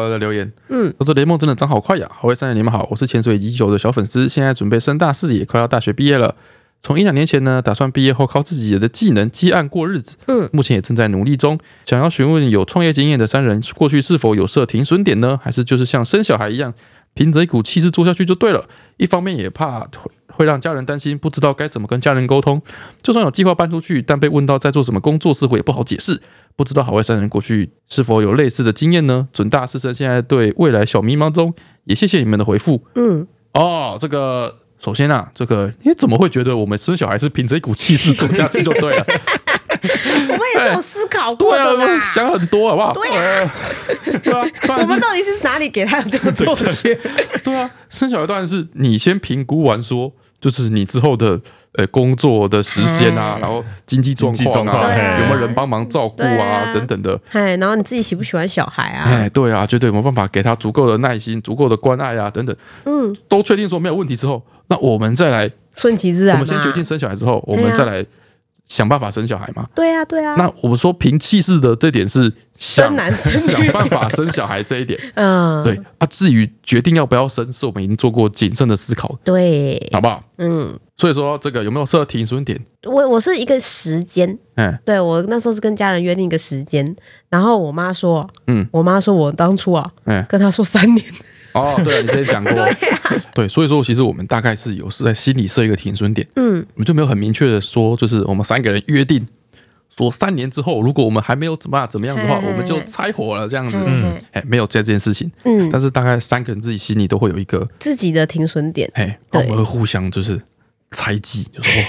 的留言。嗯，他说雷梦真的长好快呀！好，位三人你们好，我是潜水已久的小粉丝，现在准备升大四，也快要大学毕业了。从一两年前呢，打算毕业后靠自己的技能接案过日子。嗯，目前也正在努力中。想要询问有创业经验的三人，过去是否有设停损点呢？还是就是像生小孩一样，凭着一股气势做下去就对了？一方面也怕会会让家人担心，不知道该怎么跟家人沟通。就算有计划搬出去，但被问到在做什么工作，似乎也不好解释。不知道海外三人过去是否有类似的经验呢？准大四生现在对未来小迷茫中，也谢谢你们的回复嗯，哦。这个首先啊，这个你怎么会觉得我们生小孩是凭着一股气势做下去就对了？我们也是有思考过对的啦啊，。想很多好不好？对啊， (laughs) 对啊，我当然们是到底是哪里给他有这个错觉？对啊，生小孩当然是你先评估完说，就是你之后的呃工作的时间啊，然后经济状经济状况况啊，嘿有没有人帮忙照顾对啊啊等等的。嗨，然后你自己喜不喜欢小孩啊？哎，对啊，绝对有没有办法给他足够的耐心、足够的关爱啊，等等，嗯，都确定说没有问题之后，那我们再来，顺其自然嘛。我们先决定生小孩之后，我啊对们啊再来想办法生小孩嘛。对啊，对啊。那我们说凭气势的这点是想生男生女 (laughs) 想办法生小孩这一点，嗯，对啊。至于决定要不要生，是我们已经做过谨慎的思考，对，好不好？嗯，所以说这个有没有设停损点？我我是一个时间，嗯，对我那时候是跟家人约定一个时间，然后我妈说，嗯，我妈说我当初啊，嗯跟她说三年， (laughs) 哦，对啊，你之前讲过，对啊，对，所以说其实我们大概是有是在心里设一个停损点，嗯，我们就没有很明确的说，就是我们三个人约定说三年之后，如果我们还没有怎么样怎么样的嘿话，嘿嘿我们就拆伙了这样子，嗯，哎，没有这件事情，嗯但是大概三个人自己心里都会有一个，自己的停损点，哎，那对我们会互相就是猜忌，就说哦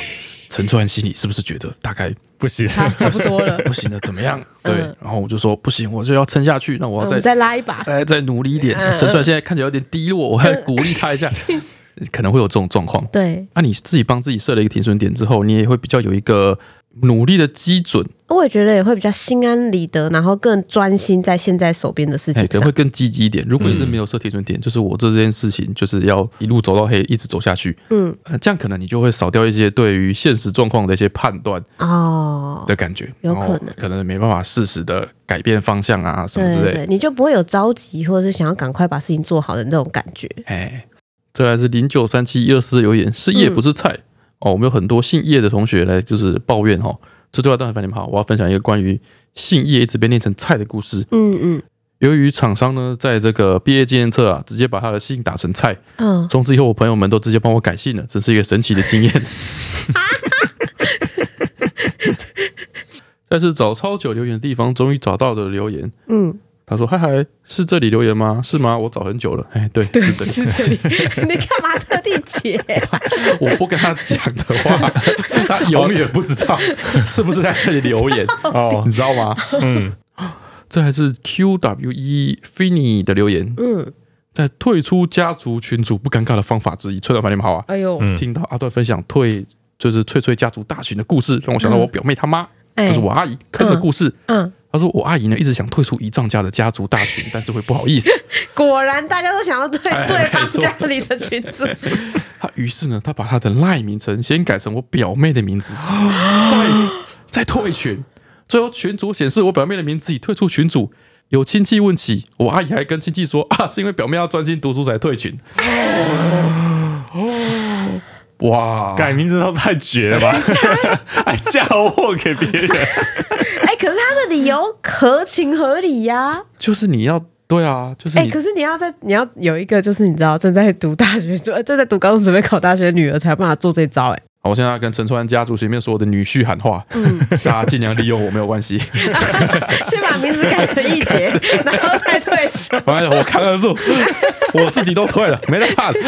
陈川心里是不是觉得大概不行，差差不多了，不行了，怎么样？对嗯，然后我就说不行，我就要撑下去，那 (laughs) 我我要们再再拉一把，哎，再努力一点。嗯陈川现在看起来有点低落，我还嗯鼓励他一下， (laughs) 可能会有这种状况。对那、你自己帮自己设了一个停损点之后，你也会比较有一个努力的基准，我也觉得也会比较心安理得，然后更专心在现在手边的事哎、情可能上会。更积极一点。如果你是没有设停损点，就是我这件事情就是要一路走到黑，一直走下去，嗯，呃这样可能你就会少掉一些对于现实状况的一些判断哦，的感觉，有然后可能可能没办法适时的改变方向啊什么对之对类对，的。你就不会有着急或者是想要赶快把事情做好的那种感觉。哎，再来是零九三七一二四留言，是嗯叶不是菜、哦。我们有很多姓叶的同学来就是抱怨哦。这对外蛋凡你们好，我要分享一个关于姓叶一直被念成菜的故事。嗯嗯由于厂商呢，在这个毕业纪念册啊，直接把他的姓打成菜，嗯，从此以后我朋友们都直接帮我改姓了，真是一个神奇的 (laughs) 经验。但是找超久留言的地方，终于找到的留言。嗯，他说：“嗨嗨，是这里留言吗？是吗？我找很久了。哎，对，是这里。是这里， (laughs) 你干嘛特地解啊？我不跟他讲的话，他永远不知道是不是在这里留言， (laughs) 哦，你知道吗？嗯，这还是 QWE Finny 的留言，嗯，在退出家族群组不尴尬的方法之一。崔老板，你们好啊！哎呦，嗯听到阿段分享退就是翠翠家族大群的故事，让我想到我表妹她妈，哎就是我阿姨坑的故事。嗯，她说我阿姨呢一直想退出姨丈家的家族大群，但是会不好意思。果然大家都想要对哎对没方错家里的群 (laughs) 哎主，她于是呢，她把她的赖名称先改成我表妹的名字，再再退群。最后群主显示我表妹的名字已退出群组。有亲戚问起，我阿姨还跟亲戚说啊，是因为表妹要专心读书才退群。哦，哇，改名字都太绝 (laughs) 了吧，还嫁祸给别 (laughs) 人，哎，可是他的理由合情合理呀。就是你要对啊，就是哎，你可是你要在你要有一个就是你知道正在读大学，就正在读高中准备考大学的女儿才有办法做这招，哎，好，我现在要跟陈川家族前面所有的女婿喊话，嗯 (laughs) 大家尽量利用我，没有关系。先把名字改成一杰， (laughs) 然后再退出。反正我扛得住，我自己都退了，没得 (laughs) 怕的。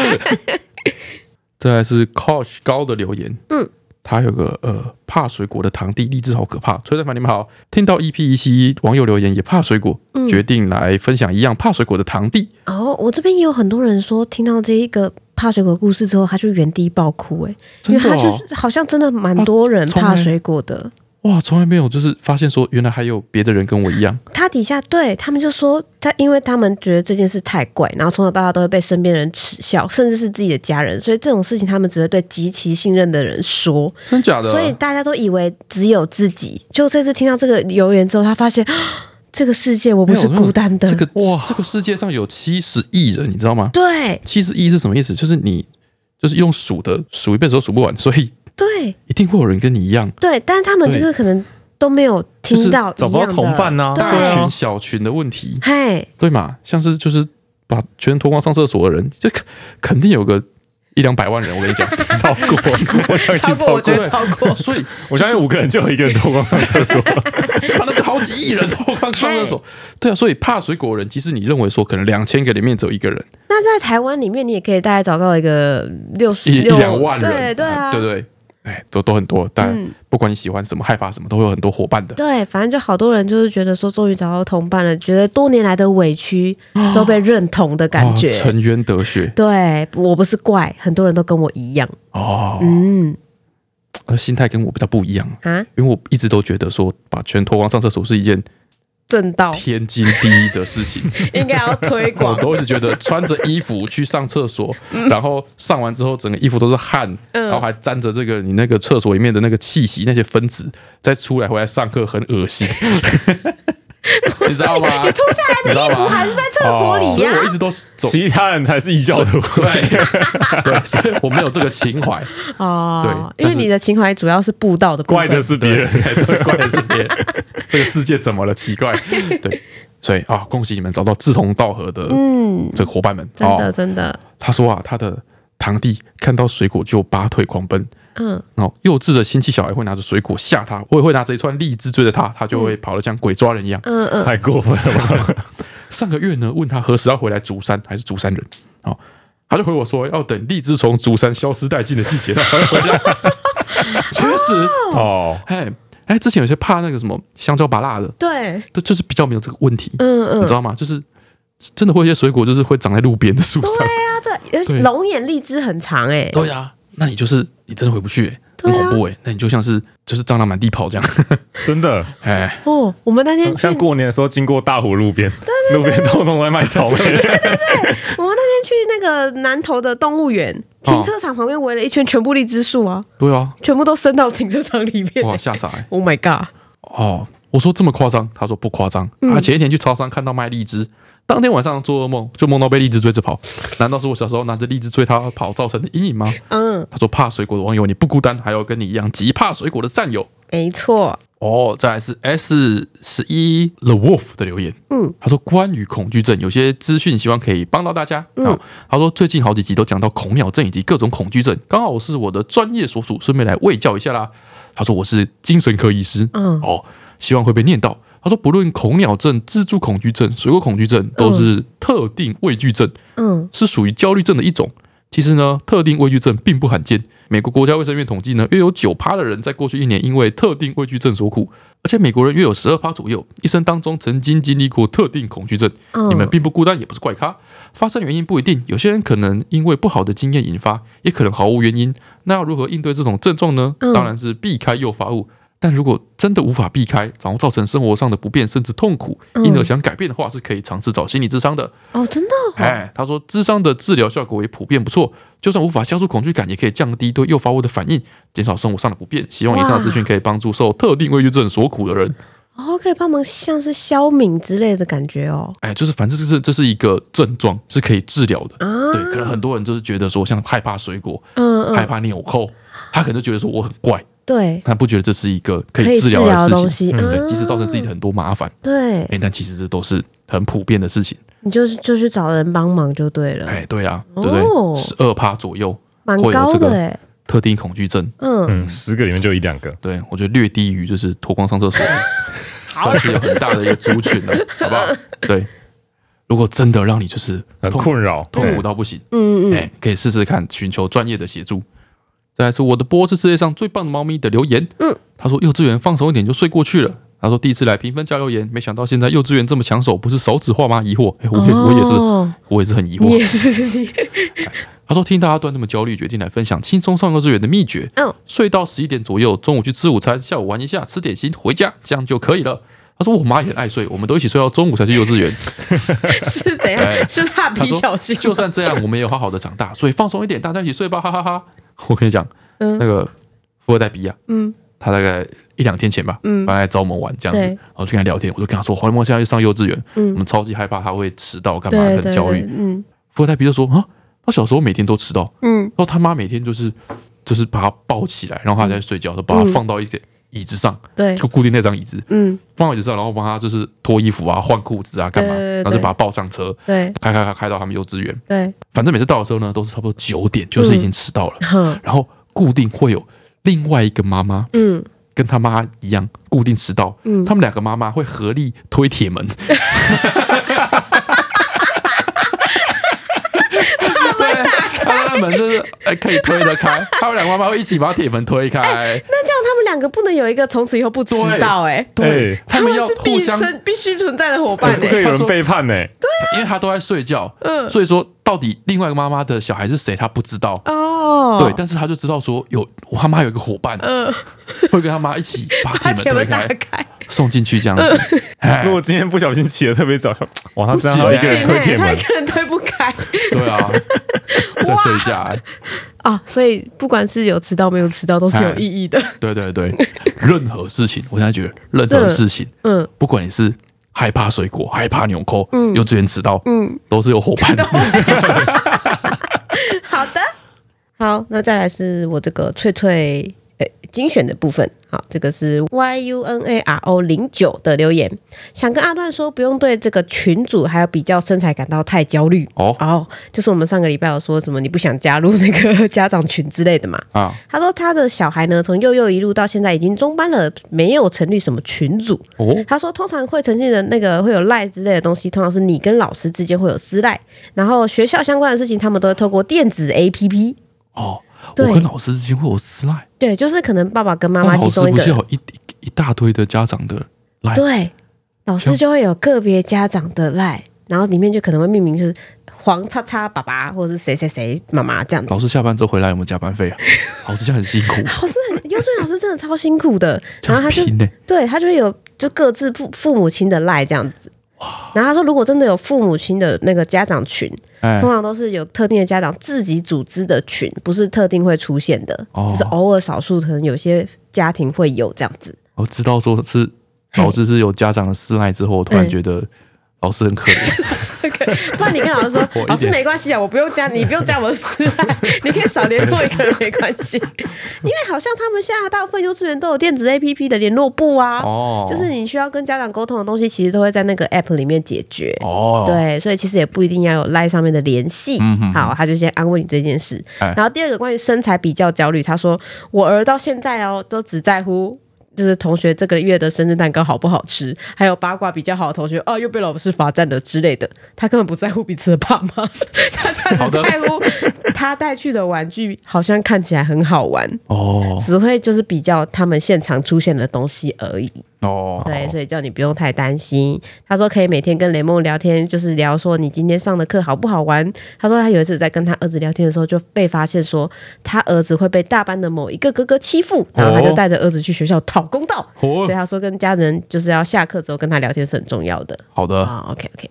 再来是 Coach 高的留言，嗯，他有个呃怕水果的堂弟，励志好可怕。崔大凡你们好，听到 E EP 一七一网友留言也怕水果，嗯决定来分享一样怕水果的堂弟。哦，我这边也有很多人说，听到这一个怕水果故事之后，他就原地爆哭、哎、因真为的他哦就是好像真的蛮多人啊从来怕水果的。哇，从来没有就是发现说原来还有别的人跟我一样，他底下对他们就说他，因为他们觉得这件事太怪，然后从小到大都会被身边人耻笑，甚至是自己的家人，所以这种事情他们只会对极其信任的人说，真假 (laughs) 的？啊所以大家都以为只有自己。就这次听到这 (laughs) 个留言之后，他发现啊这个世界我不没有是没有孤单的。这个这个世界上有七十亿人，你知道吗？对七十亿是什么意思？就是你就是用数的数一辈子都数不完，所以对一定会有人跟你一样，对，但是他们就是可能都没有就是听到一找不到样的同伴啊对大 (laughs) 群小群的问题，嘿，对嘛？像是就是把全脱光上厕所的人，这肯肯定有个一两百万人，我跟你讲，超过。我相超信超过我过觉，得超过，所以我相信五个人就有一个人脱光上厕所，可能好几亿人 (laughs) 脱光上厕所，对啊，所以怕水果的人，其实你认为说可能两千个里面只有一个人，那在台湾里面，你也可以大概找到一个六十一一六两万人，对对啊，嗯对不对？哎，都都很多，但不管你喜欢什么、害怕什么，都会有很多伙伴的。对反正就好多人就是觉得说，终于找到同伴了，觉得多年来的委屈都被认同的感觉哦。沉冤得雪对我不是怪，很多人都跟我一样。哦，嗯呃心态跟我比较不一样，啊，因为我一直都觉得说把全脱光上厕所是一件正 (laughs) 道天经地义的哦事情，应该要推我广，都一直觉得穿着衣服去上厕所，嗯然后上完之后整个衣服都是汗，然后还沾着这个你那个厕所里面的那个气息那些分子，再出来回来上课很 (laughs) 恶心，你知道吗？哦脱下来的衣服还是在厕所里所以呀、我一直都是走。 (laughs) 其他人才是异 (laughs) 教徒。对对，所以我没有这个情怀，哦，对因但为是你的情怀主要是布道的部分 (laughs) 怪的是别人，对，怪的是别人。这个世界怎么了？奇怪，对。所以啊，恭喜你们找到志同道合的嗯，这个伙伴们真的哦。真的，他说啊，他的堂弟看到水果就拔腿狂奔，嗯，然后幼稚的心气小孩会拿着水果吓他，我也会拿着一串荔枝追着他，他就会跑得像鬼抓人一样。嗯嗯，太过分了吧？ (laughs) 上个月呢，问他何时要回来竹山，还是竹山人，哦，他就回我说要等荔枝从竹山消失殆尽的季节他才会回来。确实，哦，哎哎，之前有些怕那个什么香蕉拔辣的，对，这就是比较没有这个问题，嗯嗯你知道吗？就是真的会有一些水果就是会长在路边的树上。啊，对，而且对龙眼荔枝很长哎、欸，对呀、那你就是你真的回不去、欸，对很啊恐怖哎、那你就像是就是蟑螂满地 (laughs) 跑这样，真的，哎，哦，我们那天去，像过年的时候经过大湖路边，路边通通在卖草莓，我们那天去那个南投的动物园哦停车场旁边围了一圈，全部荔枝树啊，对啊，全部都伸到停车场里面、哇，欸。吓傻哎、 Oh my god！哦，我说这么夸张，他说不夸张。嗯他前一天去超商看到卖荔枝，当天晚上做噩梦就梦到被荔枝追着跑，难道是我小时候拿着荔枝追他跑造成的阴影吗？嗯，他说怕水果的网友你不孤单，还有跟你一样极怕水果的战友。没错，哦，再来是 S 十一 The Wolf 的留言，嗯，他说关于恐惧症有些资讯，希望可以帮到大家。嗯好，他说最近好几集都讲到恐鸟症以及各种恐惧症，刚好是我的专业所属，顺便来卫教一下啦。他说我是精神科医师，嗯哦，希望会被念到。他说不论恐鸟症、蜘蛛恐惧症、水果恐惧症，都是特定畏惧症，嗯是属于焦虑症的一种。其实呢，特定畏惧症并不罕见。美国国家卫生院统计呢，约有九趴的人在过去一年因为特定畏惧症所苦，而且美国人约有十二趴左右一生当中曾经经历过特定恐惧症。嗯，你们并不孤单，也不是怪咖。发生原因不一定，有些人可能因为不好的经验引发，也可能毫无原因。那要如何应对这种症状呢？嗯当然是避开诱发物。但如果真的无法避开，然后造成生活上的不便甚至痛苦，嗯因而想改变的话，是可以尝试找心理咨商的。哦，真的哦、哎，他说，智商的治疗效果也普遍不错，就算无法消除恐惧感，也可以降低对诱发物的反应，减少生活上的不便。希望以上的资讯可以帮助受特定畏惧症所苦的人。哦，可以帮忙像是消敏之类的感觉哦。哎，就是反正这是这是一个症状，是可以治疗的。啊，对，可能很多人就是觉得说，像害怕水果、嗯害嗯，怕纽扣，他可能就觉得说我很怪，对，他不觉得这是一个可可以以治治疗疗的东事情。西，对，嗯，即使造成自己的很多麻烦，对，哎，但其实这都是很普遍的事情。你就是就去找人帮忙就对了，哎，对啊，哦对不对？十二趴左右蛮会有高这的个哎，特定恐惧症，嗯，嗯，十个里面就一两个，对我觉得略低于就是脱光上厕所，算是有很大的一个族群了，好不好？对，如果真的让你就是很痛困扰，痛苦到不行，嗯嗯哎、可以试试看，寻求专业的协助。再来是我的波是世界上最棒的猫咪的留言，嗯，他说幼稚园放手一点就睡过去了。他说第一次来评分加留言，没想到现在幼稚园这么抢手，不是手指化吗？疑惑，哎我也、我也是，哦我也是很疑你也惑。是你， (laughs) 他说听大家都那么焦虑，决定来分享轻松上幼稚园的秘诀。嗯，睡到十一点左右，中午去吃午餐，下午玩一下，吃点心，回家，这样就可以了。他说我妈也很爱睡，我们都一起睡到中午才去幼稚 (laughs) 园。是怎哎样？是蜡他笔说小啊新吗？就算这样，我们也有好好的长大，所以放松一点，大家一起睡吧，哈哈哈 (laughs) 我跟你讲，嗯那个富二代比亚，啊嗯，他大概一两天前吧，嗯，他来找我们玩这样子，对然后就跟他聊天，我就跟他说，黄一梦现在去上幼稚园，嗯，我们超级害怕他会迟到，干嘛对很对焦对虑。，嗯富二代比就说啊，他小时候每天都迟到，嗯然后他妈每天就是就是把他抱起来，然后他在嗯睡觉，都把他放到一个椅子上，对，就固定那张椅子，嗯放到椅子上，然后帮他就是脱衣服啊、换裤子啊、干嘛，对对对然后就把他抱上车，对开开开开到他们幼稚园。对，反正每次到的时候呢，都是差不多九点，就是已经迟到了。哼然后固定会有另外一个妈妈 (laughs) 嗯，跟她妈一样固定迟到，嗯他们两个妈妈会合力推铁门，对，他们的门就是哎可以推得开，他们两个妈妈会一起把铁门推开，那这样他们两个不能有一个从此以后不迟到哎，对，哎他们要是互必相，生必须存在的伙哎伴不哎可以有他说人背叛呢，因为他都在睡觉，嗯所以说到底另外一个妈妈的小孩是谁，他不知道，哦，对，但是他就知道说有我他妈有一个伙伴嗯， (laughs) 会跟他妈一起把把铁门铁推门打开，开，送进去这样子。嗯哎如果今天不小心起得特别早，哇，他这样不行啊还一个人推铁欸他门一，个人推不开对啊， (laughs) 再睡一下，啊，所以不管是有迟到没有迟到都是有哎意义 (laughs) 的，对对对，任何事情，我现在觉得任何事情，嗯，不管你是害怕水果、害怕纽扣，幼稚园迟到，嗯，都是有伙伴的。好的，好，那再来是我这个翠翠呃精选的部分。好，这个是 Y U N A R O 零九的留言，想跟阿段说，不用对这个群组还有比较身材感到太焦虑哦哦，就是我们上个礼拜有说什么你不想加入那个 (laughs) 家长群之类的嘛。啊，他说他的小孩呢，从幼幼一路到现在已经中班了，没有成立什么群组。哦，他说，通常会呈现的那个会有赖之类的东西，通常是你跟老师之间会有私赖，然后学校相关的事情，他们都会透过电子 APP。哦，对我跟老师之间会有私赖，哦对，就是可能爸爸跟妈妈那老其师中一不个是人，有一一一大堆的家长的赖，对，老师就会有个别家长的赖，然后里面就可能会命名就是黄叉叉爸爸或者是谁谁谁妈妈这样子老。师下班之后回来有没有加班费 (laughs) 啊？老师这样很辛苦，老师很，幼稚园老师真的超辛苦 (laughs) 的，这然后样他就很拼欸呢、对他就会有就各自父父母亲的赖这样子。然后他说，如果真的有父母亲的那个家长群，哎通，常都是有特定的家长自己组织的群，不是特定会出现的，哦就是偶尔少数可能有些家庭会有这样 (laughs) 子。我知道说是嘿老师是有家长的私赖之后，我突然嗯觉得老师很可怜， (laughs) 不然你跟老师说我一点，老师没关系啊，我不用加，你不用加我的私赖，你可以少联络一个人没关系。 (laughs) 因为好像他们现在大部分幼稚园都有电子 APP 的联络部啊，哦就是你需要跟家长沟通的东西，其实都会在那个 App 里面解决。哦，嗯对，所以其实也不一定要有赖上面的联系。好，他就先安慰你这件事。哎然后第二个关于身材比较焦虑，他说我儿到现在哦，都只在乎。就是同学这个月的生日蛋糕好不好吃，还有八卦比较好的同学，哦，又被老师罚站了之类的，他根本不在乎彼此的爸妈， (laughs) 他好只的在乎他带去的玩具好像看起来很好玩，哦只会就是比较他们现场出现的东西而已。哦，对，所以叫你不用太担心。他说可以每天跟雷梦聊天，就是聊说你今天上的课好不好玩。他说他有一次在跟他儿子聊天的时候，就被发现说他儿子会被大班的某一个哥哥欺负，然后他就带着儿子去学校讨公道。哦所以他说跟家人就是要下课之后跟他聊天是很重要的。好的，啊、o k OK。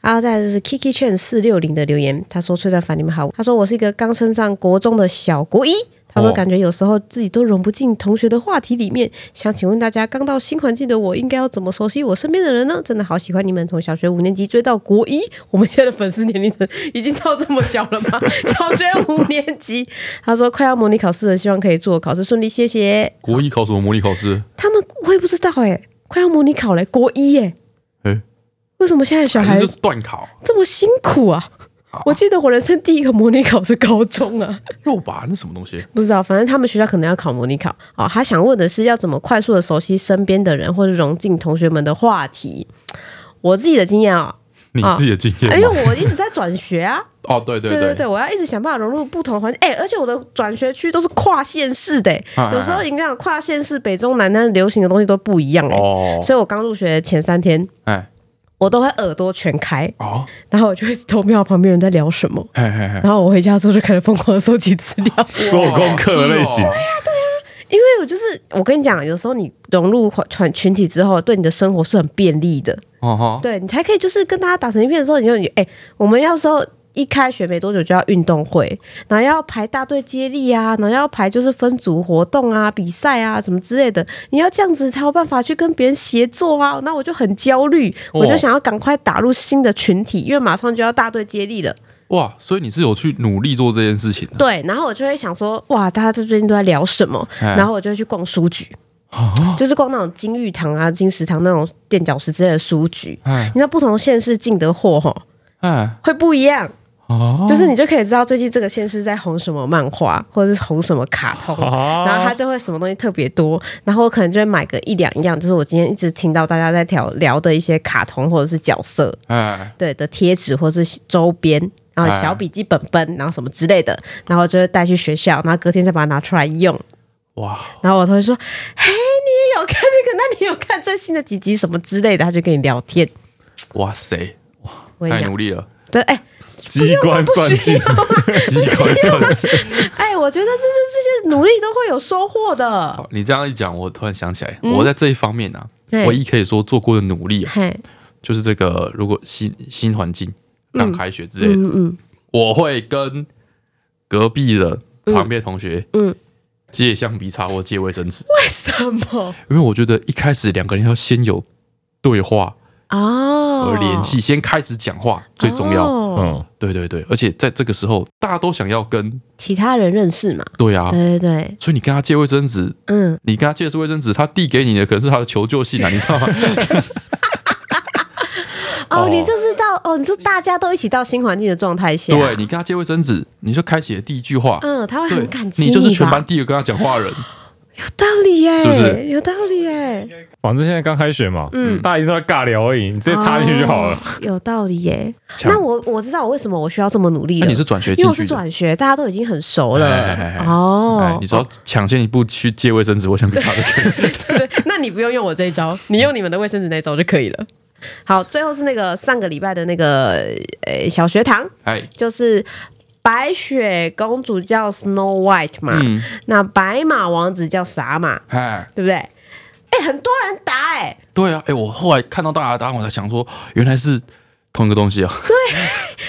然后再来就是 Kiki Chen 四六零的留言，他说：“崔段凡，你们好，他说我是一个刚升上国中的小国一。”他说：“哦感觉有时候自己都融不进同学的话题里面，想请问大家，刚到新环境的我，应该要怎么熟悉我身边的人呢？真的好喜欢你们，从小学五年级追到国一，我们现在的粉丝年龄层已经到这么小了吗？小学五年级。”他说：“快要模拟考试了，希望可以祝我考试顺利，谢谢。国一考什么模拟考试？”他们我也不知道哎、快要模拟考嘞、国一哎、哎，为什么现在小还孩是就是断考这么辛苦啊！我记得我人生第一个模拟考是高中啊，肉吧？那什么东西？不知道，反正他们学校可能要考模拟考哦。他想问的是，要怎么快速的熟悉身边的人，或者融进同学们的话题？我自己的经验啊、你自己的经因验为吗？我一直在转学啊，哦，对 (laughs) 对对对对，我要一直想办法融入不同环境。哎、而且我的转学区都是跨县市的、哎哎有时候你看跨县市北中南，那流行的东西都不一样哎、哦，所以我刚入学前三天，哎，我都会耳朵全开，哦，然后我就会偷瞄旁边人在聊什么。嘿嘿嘿，然后我回家之后就开始疯狂的收集资料，做功课的类型是哦 (laughs) 因为我就是我跟你讲，有时候你融入群群体之后，对你的生活是很便利的，哦哈，对你才可以就是跟大家打成一片的时候，你就你哎、我们要时候一开学没多久就要运动会，然后要排大队接力啊，然后要排就是分组活动啊、比赛啊什么之类的，你要这样子才有办法去跟别人协作啊，那我就很焦虑，哦我就想要赶快打入新的群体，因为马上就要大队接力了。哇，所以你是有去努力做这件事情的对，然后我就会想说，哇，大家这最近都在聊什么？哎然后我就会去逛书 (laughs) 局，就是逛那种金玉堂啊、金石堂那种垫脚石之类的书局。哎你知道不同县市进的货吼哎会不一样，哦，就是你就可以知道最近这个县市在红什么漫画，或者是红什么卡通，哦啊然后它就会什么东西特别多，然后我可能就会买个一两样，就是我今天一直听到大家在聊聊的一些卡通或者是角色，哎对的贴纸或是周边，然后哎小笔记本本，然后什么之类的，然后就会带去学校，然后隔天再把它拿出来用。哇，然后我同学说：“嘿，你也有看这个？那你有看最新的几集什么之类的？”他就跟你聊天。哇塞，我跟太你努讲，力了，对，哎、机关算尽，机关算尽，啊 (laughs) 哎、我觉得这这这些努力都会有收获的。好，你这样一讲，我突然想起来，嗯我在这一方面啊，嘿唯一可以说做过的努力啊，嘿，就是这个，如果新新环境刚开学嗯之类的，我会跟隔壁的旁边同学，嗯借橡皮擦或借卫生纸，为什么？因为我觉得一开始两个人要先有对话，哦，而联系，先开始讲话最重要。哦嗯，对对对，而且在这个时候，大家都想要跟其他人认识嘛，对啊，对对对，所以你跟他借卫生纸，嗯，你跟他借的是卫生纸，他递给你的可能是他的求救信啊，你知道吗？ (laughs) 哦，你这是到哦，你说大家都一起到新环境的状态下，对你跟他借卫生纸，你就开启了第一句话，嗯，他会对很感，激你就是全吧班第一个跟他讲话的 (laughs) 人。有道理耶，是不是有道理耶，反正现在刚开学嘛，嗯大家一定都在尬聊而已，你直接插进去就好了哦。，有道理耶。强那我我知道我为什么我需要这么努力那了，你是转学因为进我是去的，转学，大家都已经很熟哎哎哎了哎哎哦 (laughs) 你。只要抢先一步去借卫生纸，我想比他的更对，那你不用用我这一 (laughs) 招，你用你们的卫生纸那一招就可以了。好，最后是那个上个礼拜的那个呃小学堂，哎，就是白雪公主叫 Snow White 嘛，嗯，那白马王子叫傻马，哎，对不对？哎，很多人答哎，对啊，哎，我后来看到大家的答案，我才想说，原来是同一个东西啊。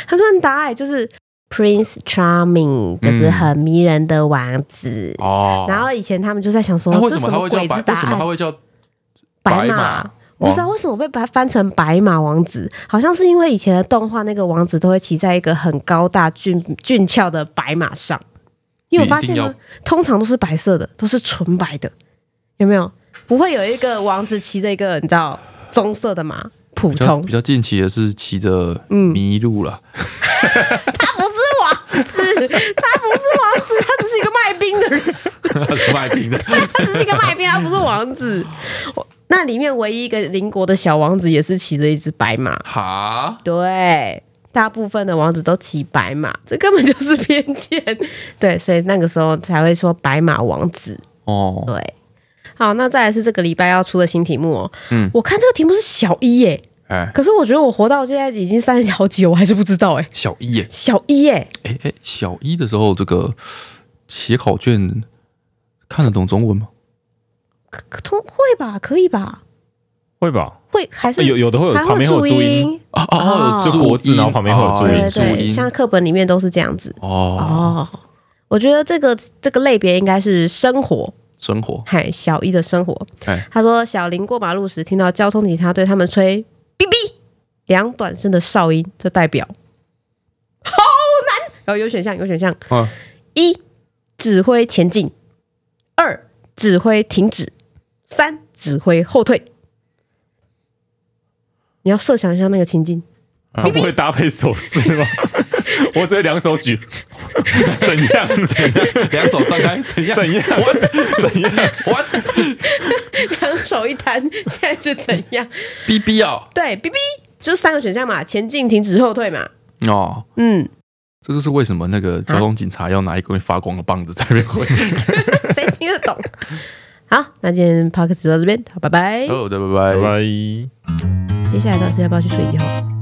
很多人答哎，就是 Prince Charming，就是很迷人的王子。嗯哦，然后以前他们就在想说，那为这什么什他么会叫鬼白？子为答什么他案？会叫白马哦马？我不知道为什么被把它翻成白马王子，好像是因为以前的动画那个王子都会骑在一个很高大俊俊俏的白马上。因为我发现你一定呢要，通常都是白色的，都是纯白的，有没有？不会有一个王子骑着一个你知道棕色的马，普比较通比较近期的是骑着嗯麋鹿了，他不是王子，他不是王子，他只是一个卖冰的人。他 (laughs) 是卖冰的。他只是一个卖兵，他不是王子。我那里面唯一一个邻国的小王子也是骑着一只白马，哈，对，大部分的王子都骑白马，这根本就是偏见。对，所以那个时候才会说白马王子。哦，对，好，那再来是这个礼拜要出的新题目哦。嗯，我看这个题目是小一耶，哎，可是我觉得我活到现在已经三十好几了，我还是不知道哎。小一耶，小一耶，哎哎，小一的时候，这个写考卷看得懂中文吗？可可通会吧？可以吧？会吧？会还是哎呃有有的会有还旁边会有注注音音啊哦有就国字注音然后旁边会有注对哦对对，像课本里面都是这样子。哦，哦，我觉得这个这个类别应该是生活，生活，嗨，小一的生活。 (laughs) 哎，他说，小林过马路时听到交通警察对他们吹“哔哔”两短声的哨音，这代表 (laughs) 好难。然后有选项，有选项：嗯，一、指挥前进；二、指挥停止；三、指挥后退。你要设想一下那个情境，他啊不会搭配手势吗？ (laughs) 我只会两手举， (laughs) 怎样？怎样？ (laughs) 两手张开，怎样？怎样？怎样？我 (laughs) 两手一摊，现在是怎样？ B B (laughs) 哦，对，哔哔，就是三个选项嘛，前进、停止、后退嘛。哦，嗯， (laughs) 这就是为什么那个交通警察要拿一根会发光的棒子在那边挥。谁听得懂？好，那今哎天 p o d c a s t 就到这边，好，拜拜。哦，对，拜拜拜。拜。接下来到底是要不要去睡觉？